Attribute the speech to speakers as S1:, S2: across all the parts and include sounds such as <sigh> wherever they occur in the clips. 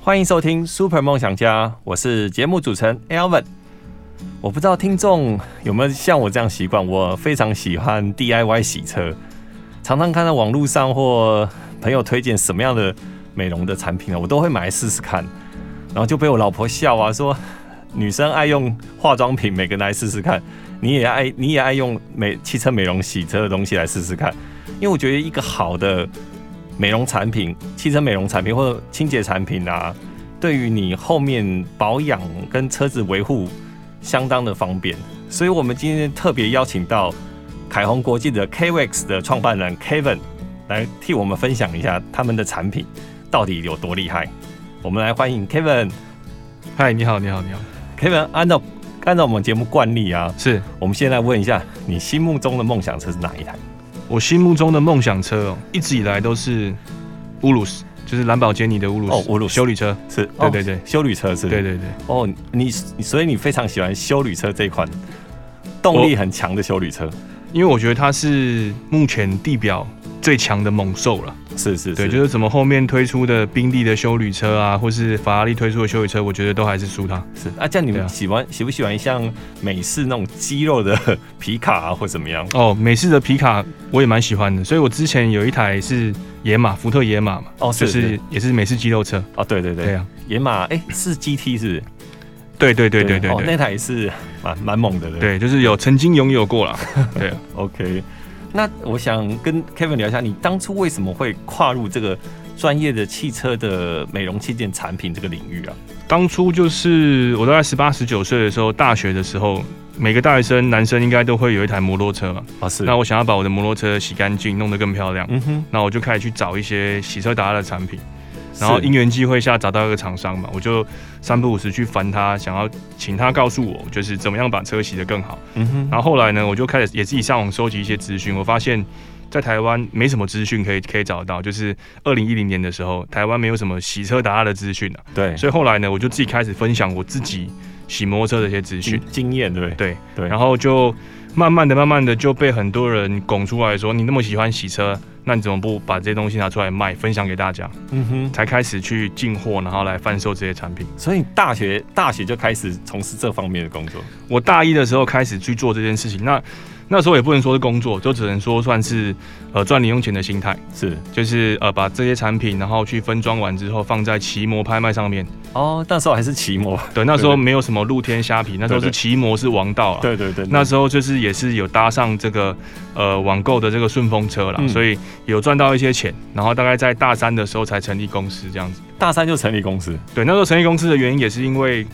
S1: 欢迎收听 Super 梦想家，我是节目主持人 Alvin。我不知道听众有没有像我这样习惯，我非常喜欢 DIY 洗车，常常看到网络上或朋友推荐什么样的美容的产品啊呢，我都会买来试试看，然后就被我老婆笑啊，说女生爱用化妆品，每个拿来试试看，你也爱你也爱用美汽车美容洗车的东西来试试看，因为我觉得一个好的美容产品、汽车美容产品或者清洁产品啊，对于你后面保养跟车子维护相当的方便。所以我们今天特别邀请到凯宏国际的 KWEX 的创办人 Kevin 来替我们分享一下他们的产品到底有多厉害。我们来欢迎 Kevin。
S2: 嗨，你好，你好，你好，
S1: Kevin，按照按照我们节目惯例啊，
S2: 是
S1: 我们先来问一下你心目中的梦想车是哪一台？
S2: 我心目中的梦想车哦，一直以来都是乌鲁斯，就是兰博基尼的乌鲁斯
S1: 哦乌鲁斯
S2: 修理车，
S1: 是，
S2: 对对对
S1: 哦修旅车是不是？
S2: 对对对，
S1: 哦，你你所以你非常喜欢修旅车这一款动力很强的修旅车，
S2: 因为我觉得它是目前地表最强的猛兽了，
S1: 是是
S2: 对，
S1: 是，
S2: 就是怎么后面推出的宾利的修理车啊，或是法拉利推出的修理车，我觉得都还是输它。
S1: 是啊，这样你
S2: 对
S1: 们
S2: 啊
S1: 喜欢、喜不喜欢像美式那种肌肉的 <laughs> 皮卡啊，或怎么样？
S2: 哦，美式的皮卡我也蛮喜欢的，所以我之前有一台是野马，福特野马嘛，
S1: 哦，
S2: 就是是也是美式肌肉车，
S1: 哦，对对
S2: 对
S1: 对，
S2: 啊，
S1: 野马哎是 GT 是
S2: 对对
S1: 不
S2: 对
S1: 是，
S2: 对对
S1: 哦那
S2: 对，
S1: 台也是蛮蛮猛的，对不对
S2: 对，就是有曾经拥有过了， <laughs> 对啊。
S1: OK，那我想跟 Kevin 聊一下，你当初为什么会跨入这个专业的汽车的美容器件产品这个领域啊？
S2: 当初就是我大概十八十九岁的时候，大学的时候，每个大学生男生应该都会有一台摩托车嘛。
S1: 啊是
S2: 那我想要把我的摩托车洗干净，弄得更漂亮，
S1: 嗯哼，
S2: 那我就开始去找一些洗车达人的产品。然后因缘际会下找到一个厂商嘛，我就三不五时去烦他，想要请他告诉我，就是怎么样把车洗得更好。
S1: 嗯哼，
S2: 然后后来呢，我就开始也自己上网收集一些资讯，我发现。在台湾没什么资讯可以可以找到，就是二零一零年的时候，台湾没有什么洗车达人的资讯啊。
S1: 对，
S2: 所以后来呢，我就自己开始分享我自己洗摩托车的一些资讯
S1: 经，经验对不对？
S2: 对，
S1: 对
S2: 然后就慢慢的、慢慢的就被很多人拱出来说，你那么喜欢洗车，那你怎么不把这些东西拿出来卖，分享给大家？
S1: 嗯哼，
S2: 才开始去进货，然后来贩售这些产品。
S1: 所以你大学大学就开始从事这方面的工作，
S2: 我大一的时候开始去做这件事情，那那时候也不能说是工作，就只能说算是呃赚零用钱的心态，
S1: 是
S2: 就是呃把这些产品然后去分装完之后放在奇摩拍卖上面。
S1: 哦，那时候还是骑摩，
S2: 对，那时候
S1: 对对
S2: 没有什么露天虾皮，那时候
S1: 对
S2: 是
S1: 对
S2: 奇摩是王道啊。
S1: 对对对，
S2: 那时候就是也是有搭上这个呃网购的这个顺风车啦，
S1: 嗯
S2: 所以有赚到一些钱，然后大概在大三的时候才成立公司这样子。
S1: 大三就成立公司，
S2: 对，那时候成立公司的原因也是因为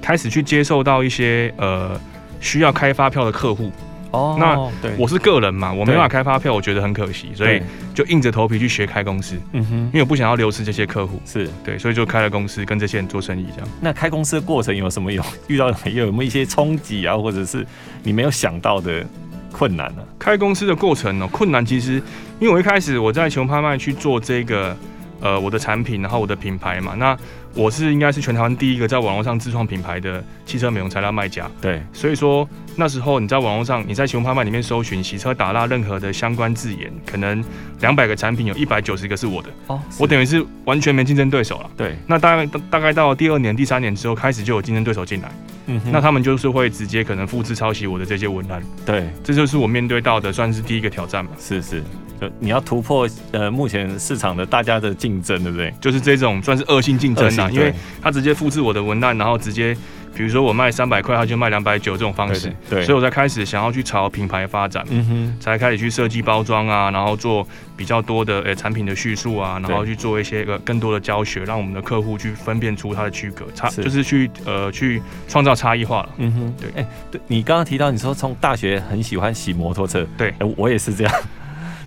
S2: 开始去接受到一些呃需要开发票的客户，
S1: 哦
S2: 那
S1: 对，
S2: 我是个人嘛，我没
S1: 对
S2: 办法开发票，我觉得很可惜，所以
S1: 对，
S2: 就硬着头皮去学开公司，
S1: 嗯哼
S2: 因，为我不想要流失这些客户，
S1: 是。
S2: 对，所以就开了公司跟这些人做生意这样。
S1: 那开公司的过程有什么有遇到有没有一些冲击啊，或者是你没有想到的困难呢、
S2: 开公司的过程呢、困难其实，因为我一开始我在熊拍卖去做这个，呃，我的产品，然后我的品牌嘛，那我是应该是全台湾第一个在网络上自创品牌的汽车美容材料卖家，
S1: 对，
S2: 所以说那时候你在网络上，你在熊拍卖里面搜寻洗车打蜡任何的相关字眼，可能两百个产品有一百九十个是我的，
S1: 哦，
S2: 我等于是完全没竞争对手了。
S1: 对，
S2: 那大概大大概到第二年、第三年之后，开始就有竞争对手进来，
S1: 嗯哼
S2: 那他们就是会直接可能复制抄袭我的这些文案，
S1: 对，
S2: 这就是我面对到的算是第一个挑战吧。
S1: 是是，就你要突破呃目前市场的大家的竞争，对不对？
S2: 就是这种算是恶性竞争啊
S1: 恶性
S2: 啦、
S1: 对
S2: 因为他直接复制我的文案，然后直接比如说我卖三百块，他就卖两百九这种方
S1: 对
S2: 式，
S1: 对对，
S2: 所以我才开始想要去朝品牌发展，
S1: 嗯哼，
S2: 才开始去设计包装啊，然后做比较多的诶、呃产品的叙述啊，然后
S1: 对
S2: 去做一些个更多的教学，让我们的客户去分辨出它的区隔差，
S1: 是
S2: 就是去呃去创造差异化了。
S1: 嗯哼，
S2: 对
S1: 哎、对你刚刚提到你说从大学很喜欢洗摩托车，
S2: 对
S1: 哎我也是这样，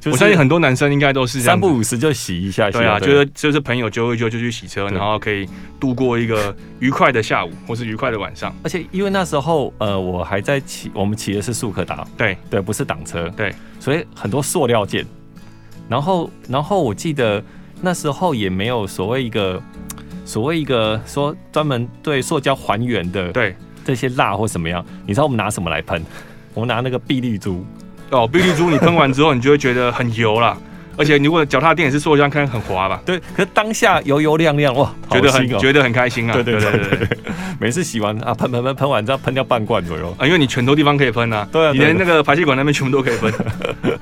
S1: 就
S2: 我相信很多男生应该都是这样
S1: 三
S2: 子
S1: 不五时就洗一下，
S2: 对啊，
S1: 洗一下
S2: 就是就是朋友揪一揪就去洗车，
S1: 对
S2: 然后可以度过一个愉快的下午或是愉快的晚上。
S1: 而且因为那时候呃，我还在骑，我们骑的是速克达，
S2: 对
S1: 对，不是挡车，
S2: 对，
S1: 所以很多塑料件。然后，然后我记得那时候也没有所谓一个所谓一个说专门对塑胶还原的
S2: 对，
S1: 这些蜡或什么样，你知道我们拿什么来喷？我们拿那个碧丽珠，
S2: 哦，碧丽珠你喷完之后，你就会觉得很油啦，而且如果脚踏垫也是塑胶，看很滑吧，
S1: 对，可是当下油油亮亮哇，好
S2: 觉得
S1: 新
S2: 很
S1: 哦
S2: 觉得很开心啊。
S1: 对对对
S2: 对对
S1: 每次洗完啊喷喷喷喷完，这样喷掉半罐左右。
S2: 啊，因为你全都地方可以喷啊，
S1: 对啊
S2: 你
S1: 对啊
S2: 连那个排气管那边全部都
S1: <laughs>
S2: 可以喷。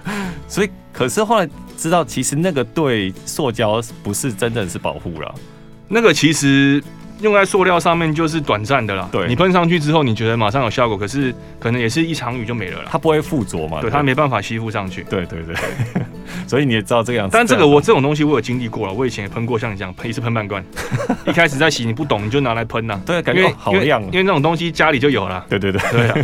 S1: 所以，可是后来知道，其实那个对塑胶不是真正是保护了。
S2: 那个其实用在塑料上面就是短暂的啦，
S1: 对
S2: 你喷上去之后，你觉得马上有效果，可是可能也是一场雨就没了啦。
S1: 它不会附着嘛？
S2: 对，它没办法吸附上去。
S1: 对对 <laughs> 对，所以你也知道这个样子。
S2: 但这个我这种东西我有经历过了，我以前也喷过，像你这样喷一次喷
S1: <laughs>
S2: 半罐，一开始在洗你不懂你就拿来喷呐、
S1: 对感
S2: 因
S1: 觉
S2: 为
S1: 哦好亮
S2: 因
S1: 哦
S2: 为，因为那种东西家里就有了。
S1: 对对对。 <laughs>
S2: 对啊，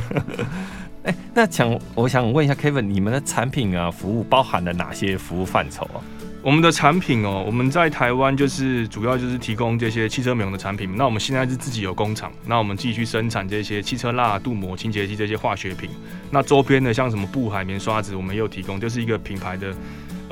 S1: 哎，那想我想问一下 Kevin，你们的产品啊服务包含了哪些服务范畴啊？
S2: <laughs> 我们的产品哦，我们在台湾就是主要就是提供这些汽车美容的产品。那我们现在是自己有工厂，那我们自己去生产这些汽车蜡、镀膜、清洁剂这些化学品。那周边的像什么布、海绵、刷子，我们也有提供，就是一个品牌的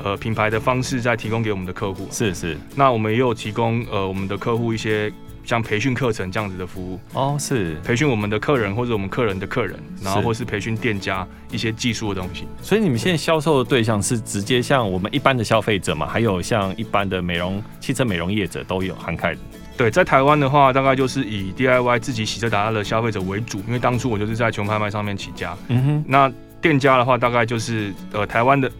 S2: 呃品牌的方式在提供给我们的客户。
S1: 是是
S2: 那我们也有提供呃我们的客户一些像培训课程这样子的服务。
S1: 哦是，
S2: 培训我们的客人或者我们客人的客人，然后
S1: 是
S2: 或是培训店家一些技术的东西。
S1: 所以你们现在销售的对象是直接像我们一般的消费者嘛，还有像一般的美容汽车美容业者都有涵盖的。
S2: 对，在台湾的话，大概就是以 DIY 自己洗车打蜡的消费者为主，因为当初我就是在穷拍卖上面起家。
S1: 嗯哼，
S2: 那店家的话，大概就是呃台湾的。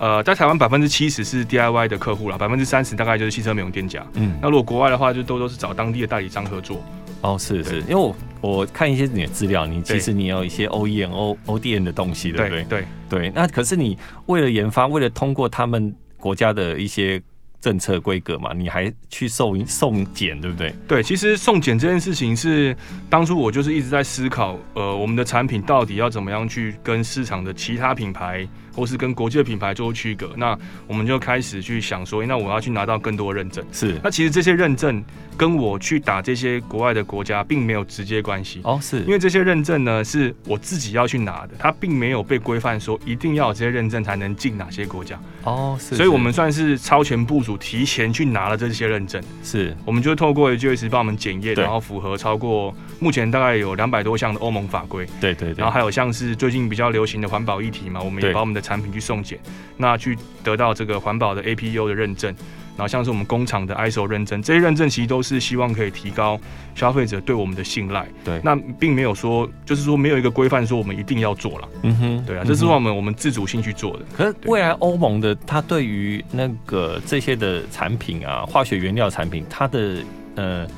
S2: 呃，在台湾百分之七十是 DIY 的客户啦，百分之三十大概就是汽车美容店家。
S1: 嗯，
S2: 那如果国外的话，就都都是找当地的代理商合作。
S1: 哦是是，
S2: 对
S1: 因为我我看一些你的资料，你其
S2: 对
S1: 实你有一些 OEM、O ODM 的东西，对不对？
S2: 对，
S1: 对，那可是你为了研发，为了通过他们国家的一些政策规格嘛，你还去送送检，对不对？
S2: 对，其实送检这件事情是当初我就是一直在思考，呃，我们的产品到底要怎么样去跟市场的其他品牌或是跟国际的品牌做出区隔。那我们就开始去想说，诶那我要去拿到更多认证。
S1: 是，
S2: 那其实这些认证跟我去打这些国外的国家并没有直接关系。
S1: 哦，是，
S2: 因为这些认证呢是我自己要去拿的，它并没有被规范说一定要有这些认证才能进哪些国家，
S1: 哦是，
S2: 所以我们算是超前部署，提前去拿了这些认证。
S1: 是
S2: 我们就透过 AGS 帮我们检验，
S1: 对
S2: 然后符合超过目前大概有两百多项的欧盟法规，
S1: 对对对
S2: 然后，还有像是最近比较流行的环保议题嘛，我们也
S1: 对
S2: 把我们的产品去送检，那去得到这个环保的 APU 的认证，然后像是我们工厂的 ISO 认证，这些认证其实都是希望可以提高消费者对我们的信赖。
S1: 对
S2: 那并没有说就是说没有一个规范说我们一定要做了，
S1: 嗯哼，
S2: 对啊，
S1: 嗯
S2: 这是
S1: 哼
S2: 我们我们自主性去做的。
S1: 可是未来欧盟的，它对于那个这些的产品啊，化学原料产品，它的呃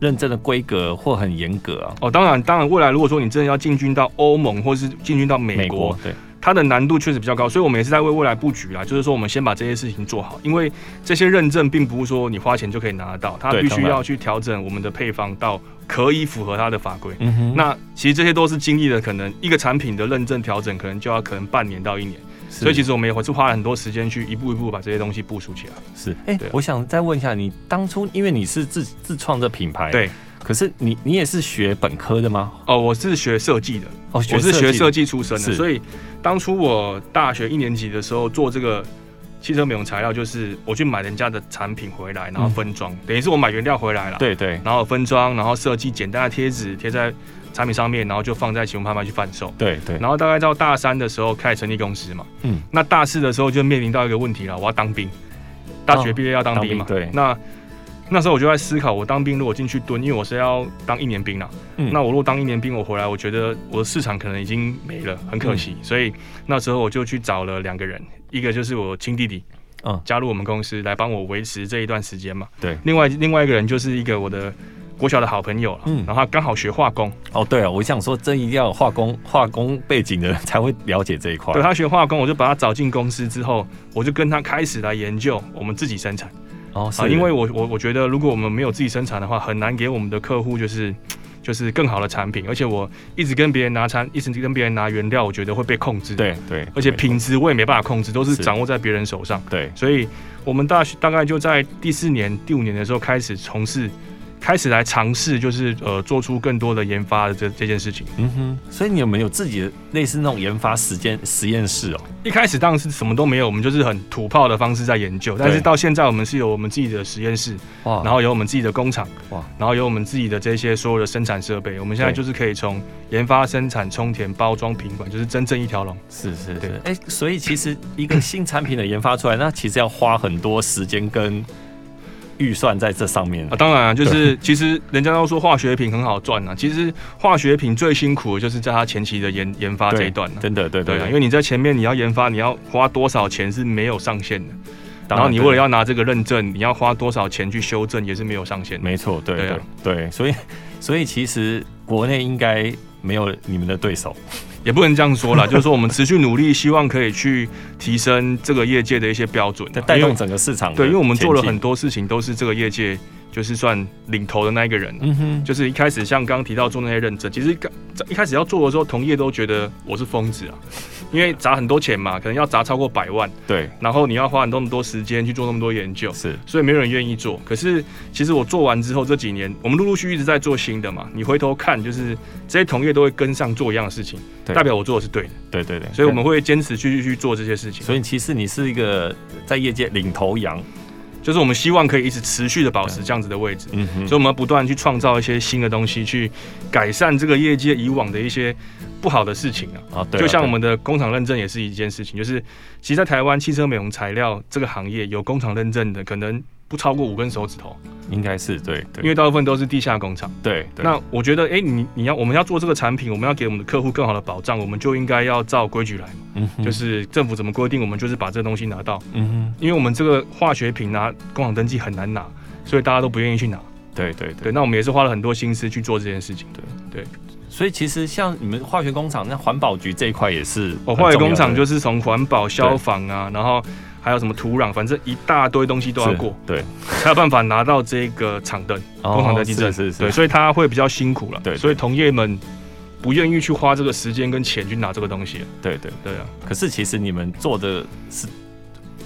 S1: 认证的规格或很严格啊。
S2: 哦，当然，当然，未来如果说你真的要进军到欧盟或是进军到美国
S1: 对，
S2: 它的难度确实比较高，所以我们也是在为未来布局啦。就是说，我们先把这些事情做好，因为这些认证并不是说你花钱就可以拿得到，它
S1: 对
S2: 必须
S1: 当然
S2: 要去调整我们的配方到可以符合它的法规。
S1: 嗯哼
S2: 那其实这些都是经历了可能一个产品的认证调整，可能就要可能半年到一年，所以其
S1: 实
S2: 实我们也是花了很多时间去一步一步把这些东西部署起来。
S1: 是哎、
S2: 对啊
S1: 我想再问一下，你当初因为你是自自创的品牌，
S2: 对，
S1: 可是你你也是学本科的吗？
S2: 哦，我是学设计的，
S1: 哦，
S2: 我是学
S1: 计
S2: 设计出身的，
S1: 是
S2: 所以当初我大学一年级的时候做这个汽车美容材料，就是我去买人家的产品回来，然后分装，等于是我买原料回来了，，
S1: 对对
S2: 然后分装，然后设计简单的贴纸贴在产品上面，然后就放在启宏拍卖去贩售。
S1: 对对，
S2: 然后大概到大三的时候开始成立公司嘛，
S1: 嗯，
S2: 那大四的时候就面临到一个问题了，我要当兵，大学毕业要当兵嘛，
S1: 当兵对
S2: 那那时候我就在思考，我当兵如果进去蹲，因为我是要当一年兵啦，
S1: 嗯
S2: 那我如果当一年兵，我回来，我觉得我的市场可能已经没了，很可惜。
S1: 嗯
S2: 所以那时候我就去找了两个人，一个就是我亲弟弟，
S1: 嗯
S2: 加入我们公司来帮我维持这一段时间嘛。
S1: 对
S2: 另外另外一个人就是一个我的国小的好朋友啦，
S1: 嗯
S2: 然后他刚好学化工，
S1: 哦，对啊，我想说，真一定要有化工化工背景的人才会了解这一块。
S2: 对他学化工，我就把他找进公司之后，我就跟他开始来研究我们自己生产
S1: 哦，是
S2: 啊，因为我我我觉得如果我们没有自己生产的话，很难给我们的客户就是就是更好的产品，而且我一直跟别人拿产，一直跟别人拿原料，我觉得会被控制，，
S1: 对对，
S2: 而且
S1: 对
S2: 品质我也没办法控制，都是
S1: 是
S2: 掌握在别人手上，
S1: 对
S2: 所以我们大学大概就在第四年、第五年的时候开始从事。开始来尝试，就是呃，做出更多的研发的这这件事情。
S1: 嗯哼，所以你有没有自己的类似那种研发实践实验室哦？
S2: 一开始当然是什么都没有，我们就是很土炮的方式在研究。但是到现在，我们是有我们自己的实验室，
S1: 哇，
S2: 然后有我们自己的工厂，
S1: 哇
S2: 然后有我们自己的这些所有的生产设备。我们现在
S1: 对
S2: 就是可以从研发、生产、充填、包装、品管，就是真正一条龙。
S1: 是是
S2: 对
S1: 是，哎、所以其实一个新产品的研发出来，那其实要花很多时间跟预算在这上面
S2: 啊，。当然、啊，就是其实人家都说化学品很好赚啊，其实化学品最辛苦的就是在它前期的研研发这一段、啊。
S1: 真的对
S2: 对啊，因为你在前面你要研发，你要花多少钱是没有上限的。然后你为了
S1: 要
S2: 要拿这个认证，你要花多少钱去修正也是没有上限的。
S1: 没错，对
S2: 对啊
S1: 对对，所以所以其实国内应该没有你们的对手。
S2: 也不能这样
S1: <laughs>
S2: 说啦，就是说我们持续努力，希望可以去提升这个业界的一些标准啊，
S1: 在带
S2: 因为
S1: 动整个市场的
S2: 对，因为我们做了
S1: 前
S2: 很
S1: 进，
S2: 多事情都是这个业界就是算领头的那一个人啊、
S1: 嗯哼，
S2: 就是一开始像刚刚提到做那些认证，其实刚在一开始要做的时候，同业都觉得我是
S1: <laughs>
S2: 疯子啊，因为砸很多钱嘛，可能要砸超过百万，
S1: 对，
S2: 然后你要花很多那么多时间去做那么多研究，
S1: 是
S2: 所以没有人愿意做。可是其实我做完之后这几年，我们陆陆续续一直在做新的嘛，你回头看，就是这些同业都会跟上做一样的事情，
S1: 对
S2: 代表我做的是对的。
S1: 对对对，
S2: 所以我们会坚持去去去做这些事情。
S1: 所以其实你是一个在业界领头羊，
S2: 就是我们希望可以一直持续的保持这样子的位置，
S1: 嗯哼，
S2: 所以我们要不断地去创造一些新的东西，去改善这个业界以往的一些不好的事情啊。
S1: 啊，对啊，
S2: 就像
S1: 对
S2: 我们的工厂认证也是一件事情，就是其实，在台湾汽车美容材料这个行业有工厂认证的，可能不超过五根手指头，
S1: 应该是对对，
S2: 因为大部分都是地下工厂。
S1: 对对
S2: 那我觉得，哎、你你要我们要做这个产品，我们要给我们的客户更好的保障，我们就应该要照规矩来嘛，
S1: 嗯哼
S2: 就是政府怎么规定，我们就是把这个东西拿到。
S1: 嗯哼，
S2: 因为我们这个化学品拿工厂登记很难拿，所以大家都不愿意去拿。
S1: 对对对
S2: 对，。那我们也是花了很多心思去做这件事情。
S1: 所以其实像你们化学工厂，那环保局这一块也是
S2: 哦，化学工厂就是是从环保、消防啊，然后还有什么土壤，反正一大堆东西都要过，，
S1: 对，
S2: 才有办法拿到这个厂灯、工厂登记证。
S1: 哦是是
S2: 对，
S1: 是，
S2: 所以它会比较辛苦了。
S1: 对对
S2: 所以同业们不愿意去花这个时间跟钱去拿这个东西。
S1: 对对。
S2: 对啊，
S1: 可是其实你们做的是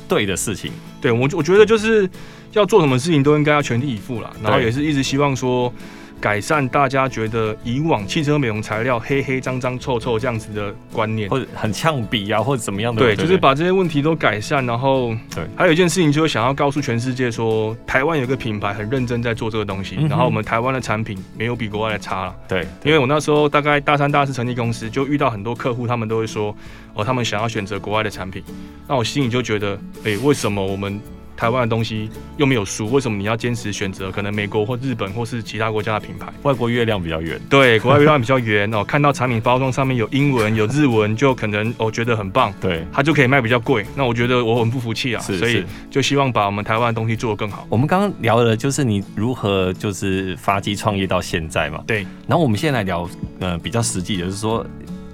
S1: 对的事情，
S2: 对我我觉得就是要做什么事情都应该要全力以赴啦，然后也是一直希望说改善大家觉得以往汽车美容材料黑黑脏脏臭臭这样子的观念。
S1: 或者很呛鼻啊，或者怎么样的，
S2: 对，就是把这些问题都改善，然后
S1: 对
S2: 还有一件事情就是想要告诉全世界说，台湾有个品牌很认真在做这个东西，
S1: 嗯哼
S2: 然后我们台湾的产品没有比国外的差了。
S1: 对，
S2: 因为我那时候大概大三、大四成立公司，就遇到很多客户，他们都会说，哦，他们想要选择国外的产品。那我心里就觉得，诶，为什么我们台湾的东西又没有输？为什么你要坚持选择可能美国或日本或是其他国家的品牌？
S1: 外国月亮比较圆，
S2: 对，国外流量比较圆哦，看到产品包装上面有英文、有日文，就可能哦觉得很棒，
S1: 对。
S2: 它就可以卖比较贵。那我觉得我很不服气啊，
S1: 是
S2: 所以
S1: 是
S2: 就希望把我们台湾的东西做得更好。
S1: 我们刚刚聊的就是你如何就是发迹创业到现在嘛，
S2: 对。
S1: 然后我们现在来聊，呃，比较实际的，就是说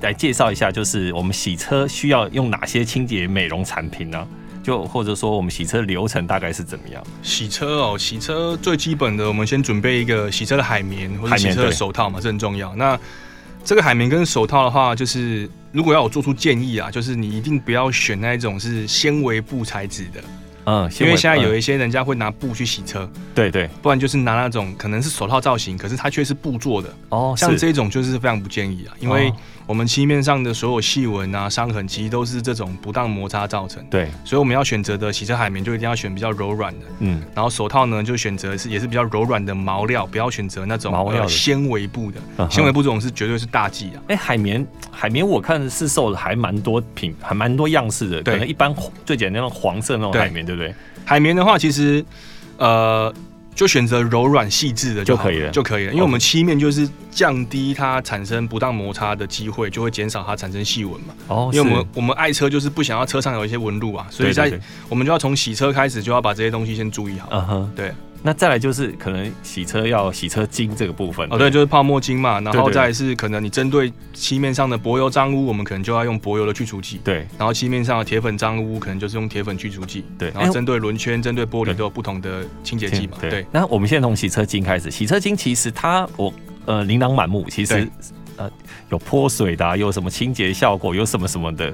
S1: 来介绍一下，就是我们洗车需要用哪些清洁美容产品呢、就或者说我们洗车流程大概是怎么样？
S2: 洗车哦，洗车最基本的，我们先准备一个洗车的海绵或者
S1: 海
S2: 洗
S1: 绵
S2: 车的
S1: 对
S2: 手套嘛，这很重要。那这个海绵跟手套的话，就是如果要我做出建议啊，就是你一定不要选那一种是纤维布材质的，
S1: 嗯，
S2: 因为现在有
S1: 一、
S2: 一些人家会拿布去洗车，
S1: 对对
S2: 不然就是拿那种可能是手套造型，可是它却是布做的，
S1: 哦，
S2: 像
S1: 是
S2: 这种就是非常不建议啊，因为
S1: 哦
S2: 我们漆面上的所有细纹啊、伤痕，其实都是这种不当摩擦造成的。
S1: 对，
S2: 所以我们要选择的洗车海绵就一定要选比较柔软的，
S1: 嗯，
S2: 然后手套呢就选择是也是比较柔软的毛料，不要选择那种
S1: 毛料的
S2: 呃纤维布的，
S1: 嗯哼
S2: 纤维布这种是绝对是大忌啊。
S1: 哎、海绵海绵我看是售的还蛮多品，还蛮多样式的，
S2: 对
S1: 可能一般黄最简单的黄色那种
S2: 对
S1: 海绵，对不对？
S2: 海绵的话，其实呃就选择柔软细致的好
S1: 就可以了哦
S2: 就可以了，因为我们漆面就是降低它产生不当摩擦的机会，就会减少它产生细纹嘛。
S1: 哦
S2: 因为
S1: 是
S2: 我们我们爱车就是不想要车上有一些纹路啊，所以
S1: 对对
S2: 在
S1: 对
S2: 我们就要从洗车开始就要把这些东西先注意好。
S1: 嗯哼，
S2: 对。
S1: 那再来就是可能洗车要洗车精这个部分。
S2: 哦，对，就是泡沫精嘛，然
S1: 对
S2: 后
S1: 对
S2: 再来是可能你针对漆面上的柏油脏污，我们可能就要用柏油的去除剂，
S1: 对
S2: 然后漆面上的铁粉脏污可能就是用铁粉去除剂，
S1: 对
S2: 然
S1: 哎
S2: 后针对轮圈、针对玻璃
S1: 对
S2: 都有不同的清洁剂嘛，
S1: 对
S2: 对，
S1: 那我们现在从洗车精开始，洗车精其实它我呃琳琅满目，其实
S2: 对
S1: 呃有泼水的、啊，有什么清洁效果，有什么什么的。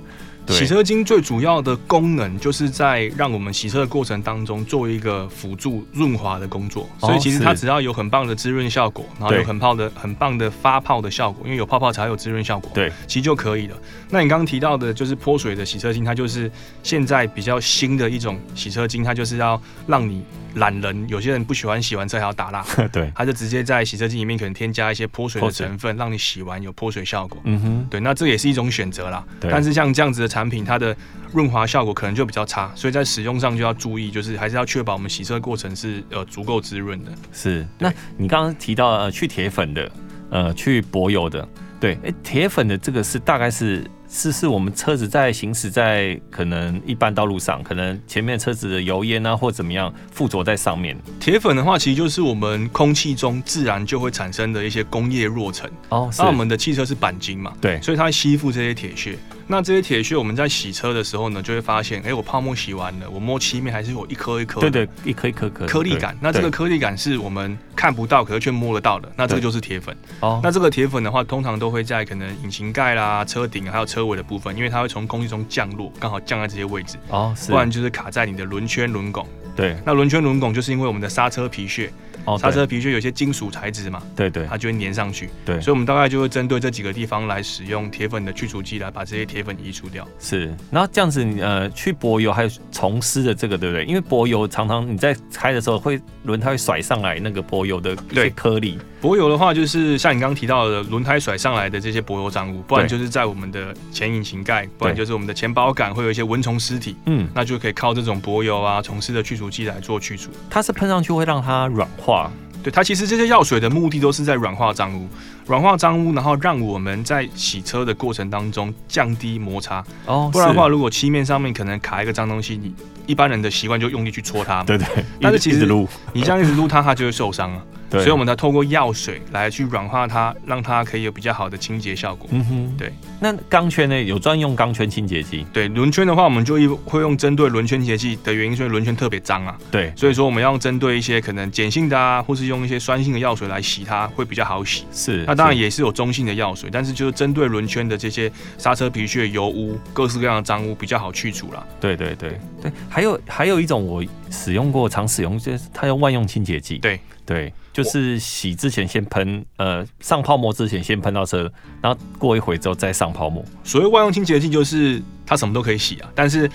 S1: 对
S2: 洗车精最主要的功能就是在让我们洗车的过程当中做一个辅助润滑的工作，
S1: 哦
S2: 所以其实它
S1: 是
S2: 只要有很棒的滋润效果，然后
S1: 对
S2: 有很泡的很棒的发泡的效果，因为有泡泡才有滋润效果，
S1: 对， <laughs>
S2: 其实就可以了。那你刚刚提到的就是泼水的洗车精，它就是现在比较新的一种洗车精，它就是要让你懒人，有些人不喜欢洗完车还要打蜡，
S1: 对，
S2: 它就直接在洗车精里面可能添加一些泼水的
S1: 泼水
S2: 成分，让你洗完有泼水效果。
S1: 嗯哼，
S2: 对，那这也是一种选择啦。
S1: 对
S2: 但是像这样子的产品，它的润滑效果可能就比较差，所以在使用上就要注意，就是还是要确保我们洗车过程是呃足够滋润的。
S1: 是。那你刚刚提到呃去铁粉的，呃去柏油的，对，哎、铁粉的这个是大概是是是我们车子在行驶在可能一般道路上，可能前面车子的油烟啊或怎么样附着在上面。
S2: 铁粉的话，其实就是我们空气中自然就会产生的一些工业弱尘。
S1: 哦，是
S2: 那我们的汽车是钣金嘛，
S1: 对
S2: 所以它会吸附这些铁屑。那这些铁屑，我们在洗车的时候呢，就会发现，哎、我泡沫洗完了，我摸漆面还是有一颗一颗
S1: 对
S2: 的
S1: 对，一颗一颗颗
S2: 颗粒感。那这个颗粒感是我们看不到，可是却摸得到的，那这个
S1: 对
S2: 就是铁粉。
S1: 哦，
S2: 那这个铁粉的话，通常都会在可能引擎盖啦、车顶还有车尾的部分，因为它会从空气中降落，刚好降在这些位置，
S1: 哦是
S2: 不然就是卡在你的轮圈轮拱。
S1: 对
S2: 那轮圈轮拱就是因为我们的刹车皮屑，
S1: 哦
S2: 刹
S1: 对
S2: 车皮屑有些金属材质嘛，
S1: 对对
S2: 它就会粘上去，
S1: 对
S2: 所以我们大概就会针对这几个地方来使用铁粉的去除剂来把这些铁粉移除掉。
S1: 是，然后这样子你呃去柏油还有重施的这个对不对？因为柏油常常你在开的时候会轮胎会甩上来那个柏油的一些
S2: 对
S1: 颗粒，
S2: 柏油的话，就是像你刚刚提到的，轮胎甩上来的这些柏油脏污，不然
S1: 对
S2: 就是在我们的前引擎盖，不然
S1: 对
S2: 就是我们的前保杆会有一些蚊虫尸体，
S1: 嗯，
S2: 那就可以靠这种柏油啊、虫丝的去除剂来做去除。
S1: 它是喷上去会让它软化，
S2: 对它其实这些药水的目的都是在软化脏污，软化脏污，然后让我们在洗车的过程当中降低摩擦。
S1: 哦
S2: 不然的话，
S1: 是
S2: 如果漆面上面可能卡一个脏东西，你一般人的习惯就用力去戳它嘛，
S1: 对对，
S2: <laughs> 但是
S1: 一直
S2: 其
S1: 一直
S2: 实
S1: 撸，
S2: 你这样一直撸它，它就会受伤啊。
S1: 对，
S2: 所以我们才透过药水来去软化它，让它可以有比较好的清洁效果。
S1: 嗯哼
S2: 对。
S1: 那钢圈呢？有专用钢圈清洁剂，
S2: 对轮圈的话，我们就一会用针对轮圈洁剂的原因，是因为轮圈特别脏啊，
S1: 对，
S2: 所以说我们要用针对一些可能碱性的啊，或是用一些酸性的药水来洗它，会比较好洗。
S1: 是。
S2: 那当然
S1: 是
S2: 也是有中性的药水，但是就是针对轮圈的这些刹车皮屑、油污、各式各样的脏污比较好去除啦。
S1: 对对对对，还有还有一种我使用过，常使用就是它用万用清洁剂。
S2: 对
S1: 对，就是洗之前先喷，呃，上泡沫之前先喷到车，然后过一会之后再上泡沫。
S2: 所谓万用清洁剂，就是它什么都可以洗啊，但是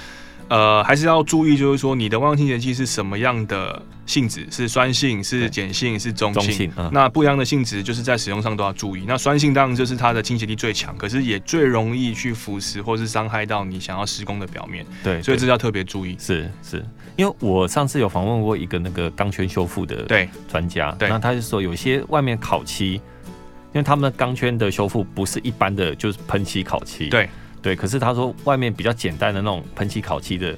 S2: 呃还是要注意，就是说你的万用清洁剂是什么样的性质，是酸性、
S1: 对
S2: 是碱性、是中
S1: 中
S2: 性。
S1: 性啊，
S2: 那不一样的性质，就是在使用上都要注意。那酸性当然就是它的清洁力最强，可是也最容易去腐蚀或是伤害到你想要施工的表面，
S1: 哎对，
S2: 所以
S1: 对
S2: 这要特别注意。
S1: 是是，因为我上次有访问过一个那个钢圈修复的
S2: 对
S1: 专家，
S2: 对
S1: 那他就说有些外面烤漆，因为他们的钢圈的修复不是一般的，就是喷漆烤漆，
S2: 对
S1: 对，可是他说外面比较简单的那种喷漆烤漆的，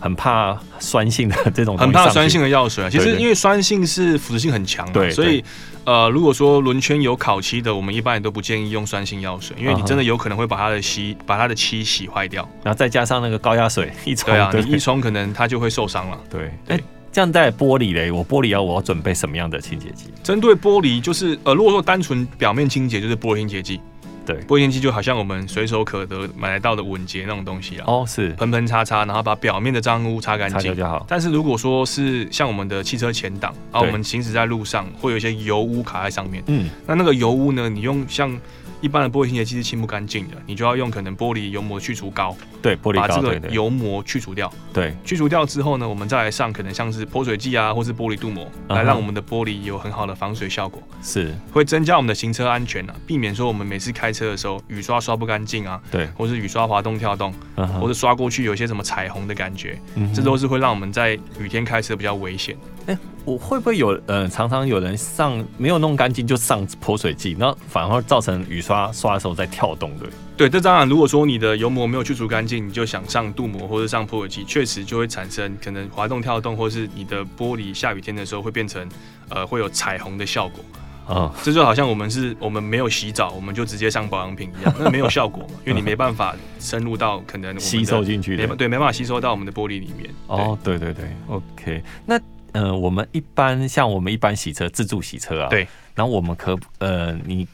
S1: 很怕酸性的这种，
S2: 很怕酸性，的药水啊。其
S1: 对
S2: 实
S1: 对
S2: 因为酸性是腐蚀性很强嘛，啊
S1: 对
S2: 所以呃，如果说轮圈有烤漆的，我们一般也都不建议用酸性药水，因为
S1: 啊
S2: 你
S1: 哈
S2: 真的有可能会把它的漆把它的漆洗坏掉。
S1: 然后再加上那个高压水一冲，
S2: 对啊，
S1: 对
S2: 你一冲可能它就会受伤了。
S1: 对，
S2: 对
S1: 哎这样在玻璃嘞，我玻璃要我要准备什么样的清洁剂？
S2: 针对玻璃，就是呃，如果说单纯表面清洁，就是玻璃清洁剂。
S1: 对
S2: 玻璃清洁剂就好像我们随手可得买到的稳洁那种东西啊，
S1: 哦，是
S2: 喷喷擦擦，然后把表面的脏污擦干
S1: 擦掉
S2: 净。
S1: 就好，
S2: 但是如果说是像我们的汽车前挡啊，我
S1: 对
S2: 们行驶在路上会有一些油污卡在上面，
S1: 嗯，
S2: 那那个油污呢，你用像一般的玻璃清洁剂是清不干净的，你就要用可能玻璃油膜去除膏，
S1: 对，玻璃
S2: 把
S1: 膏，
S2: 这
S1: 对
S2: 个
S1: 对
S2: 油膜去除掉。
S1: 对，
S2: 去除掉之后呢，我们再来上可能像是泼水剂啊，或是玻璃镀膜，
S1: 嗯哼
S2: 来让我们的玻璃有很好的防水效果，
S1: 是，
S2: 会增加我们的行车安全啊，避免说我们每次开车的时候雨刷刷不干净啊，
S1: 对，
S2: 或是雨刷滑动跳动，
S1: 嗯哼
S2: 或是刷过去有一些什么彩虹的感觉，
S1: 嗯哼
S2: 这都是会让我们在雨天开车比较危险。
S1: 哎我会不会有呃，常常有人上没有弄干净就上泼水剂，然后反而造成雨刷刷的时候在跳动，对不对？
S2: 对，这当然，如果说你的油膜没有去除干净，你就想上镀膜或者上泼水剂，确实就会产生可能滑动、跳动，或是你的玻璃下雨天的时候会变成呃会有彩虹的效果。
S1: 啊、
S2: 这就好像我们是我们没有洗澡，我们就直接上保养品一样，那没有效果嘛，因为你没办法深入到可能我们的
S1: 吸收进去
S2: 没
S1: 的
S2: 办。对没办法吸收到我们的玻璃里面。
S1: 哦，对对对，OK。那呃，我们一般像我们一般洗车自助洗车啊，
S2: 对。
S1: 然后我们可呃，你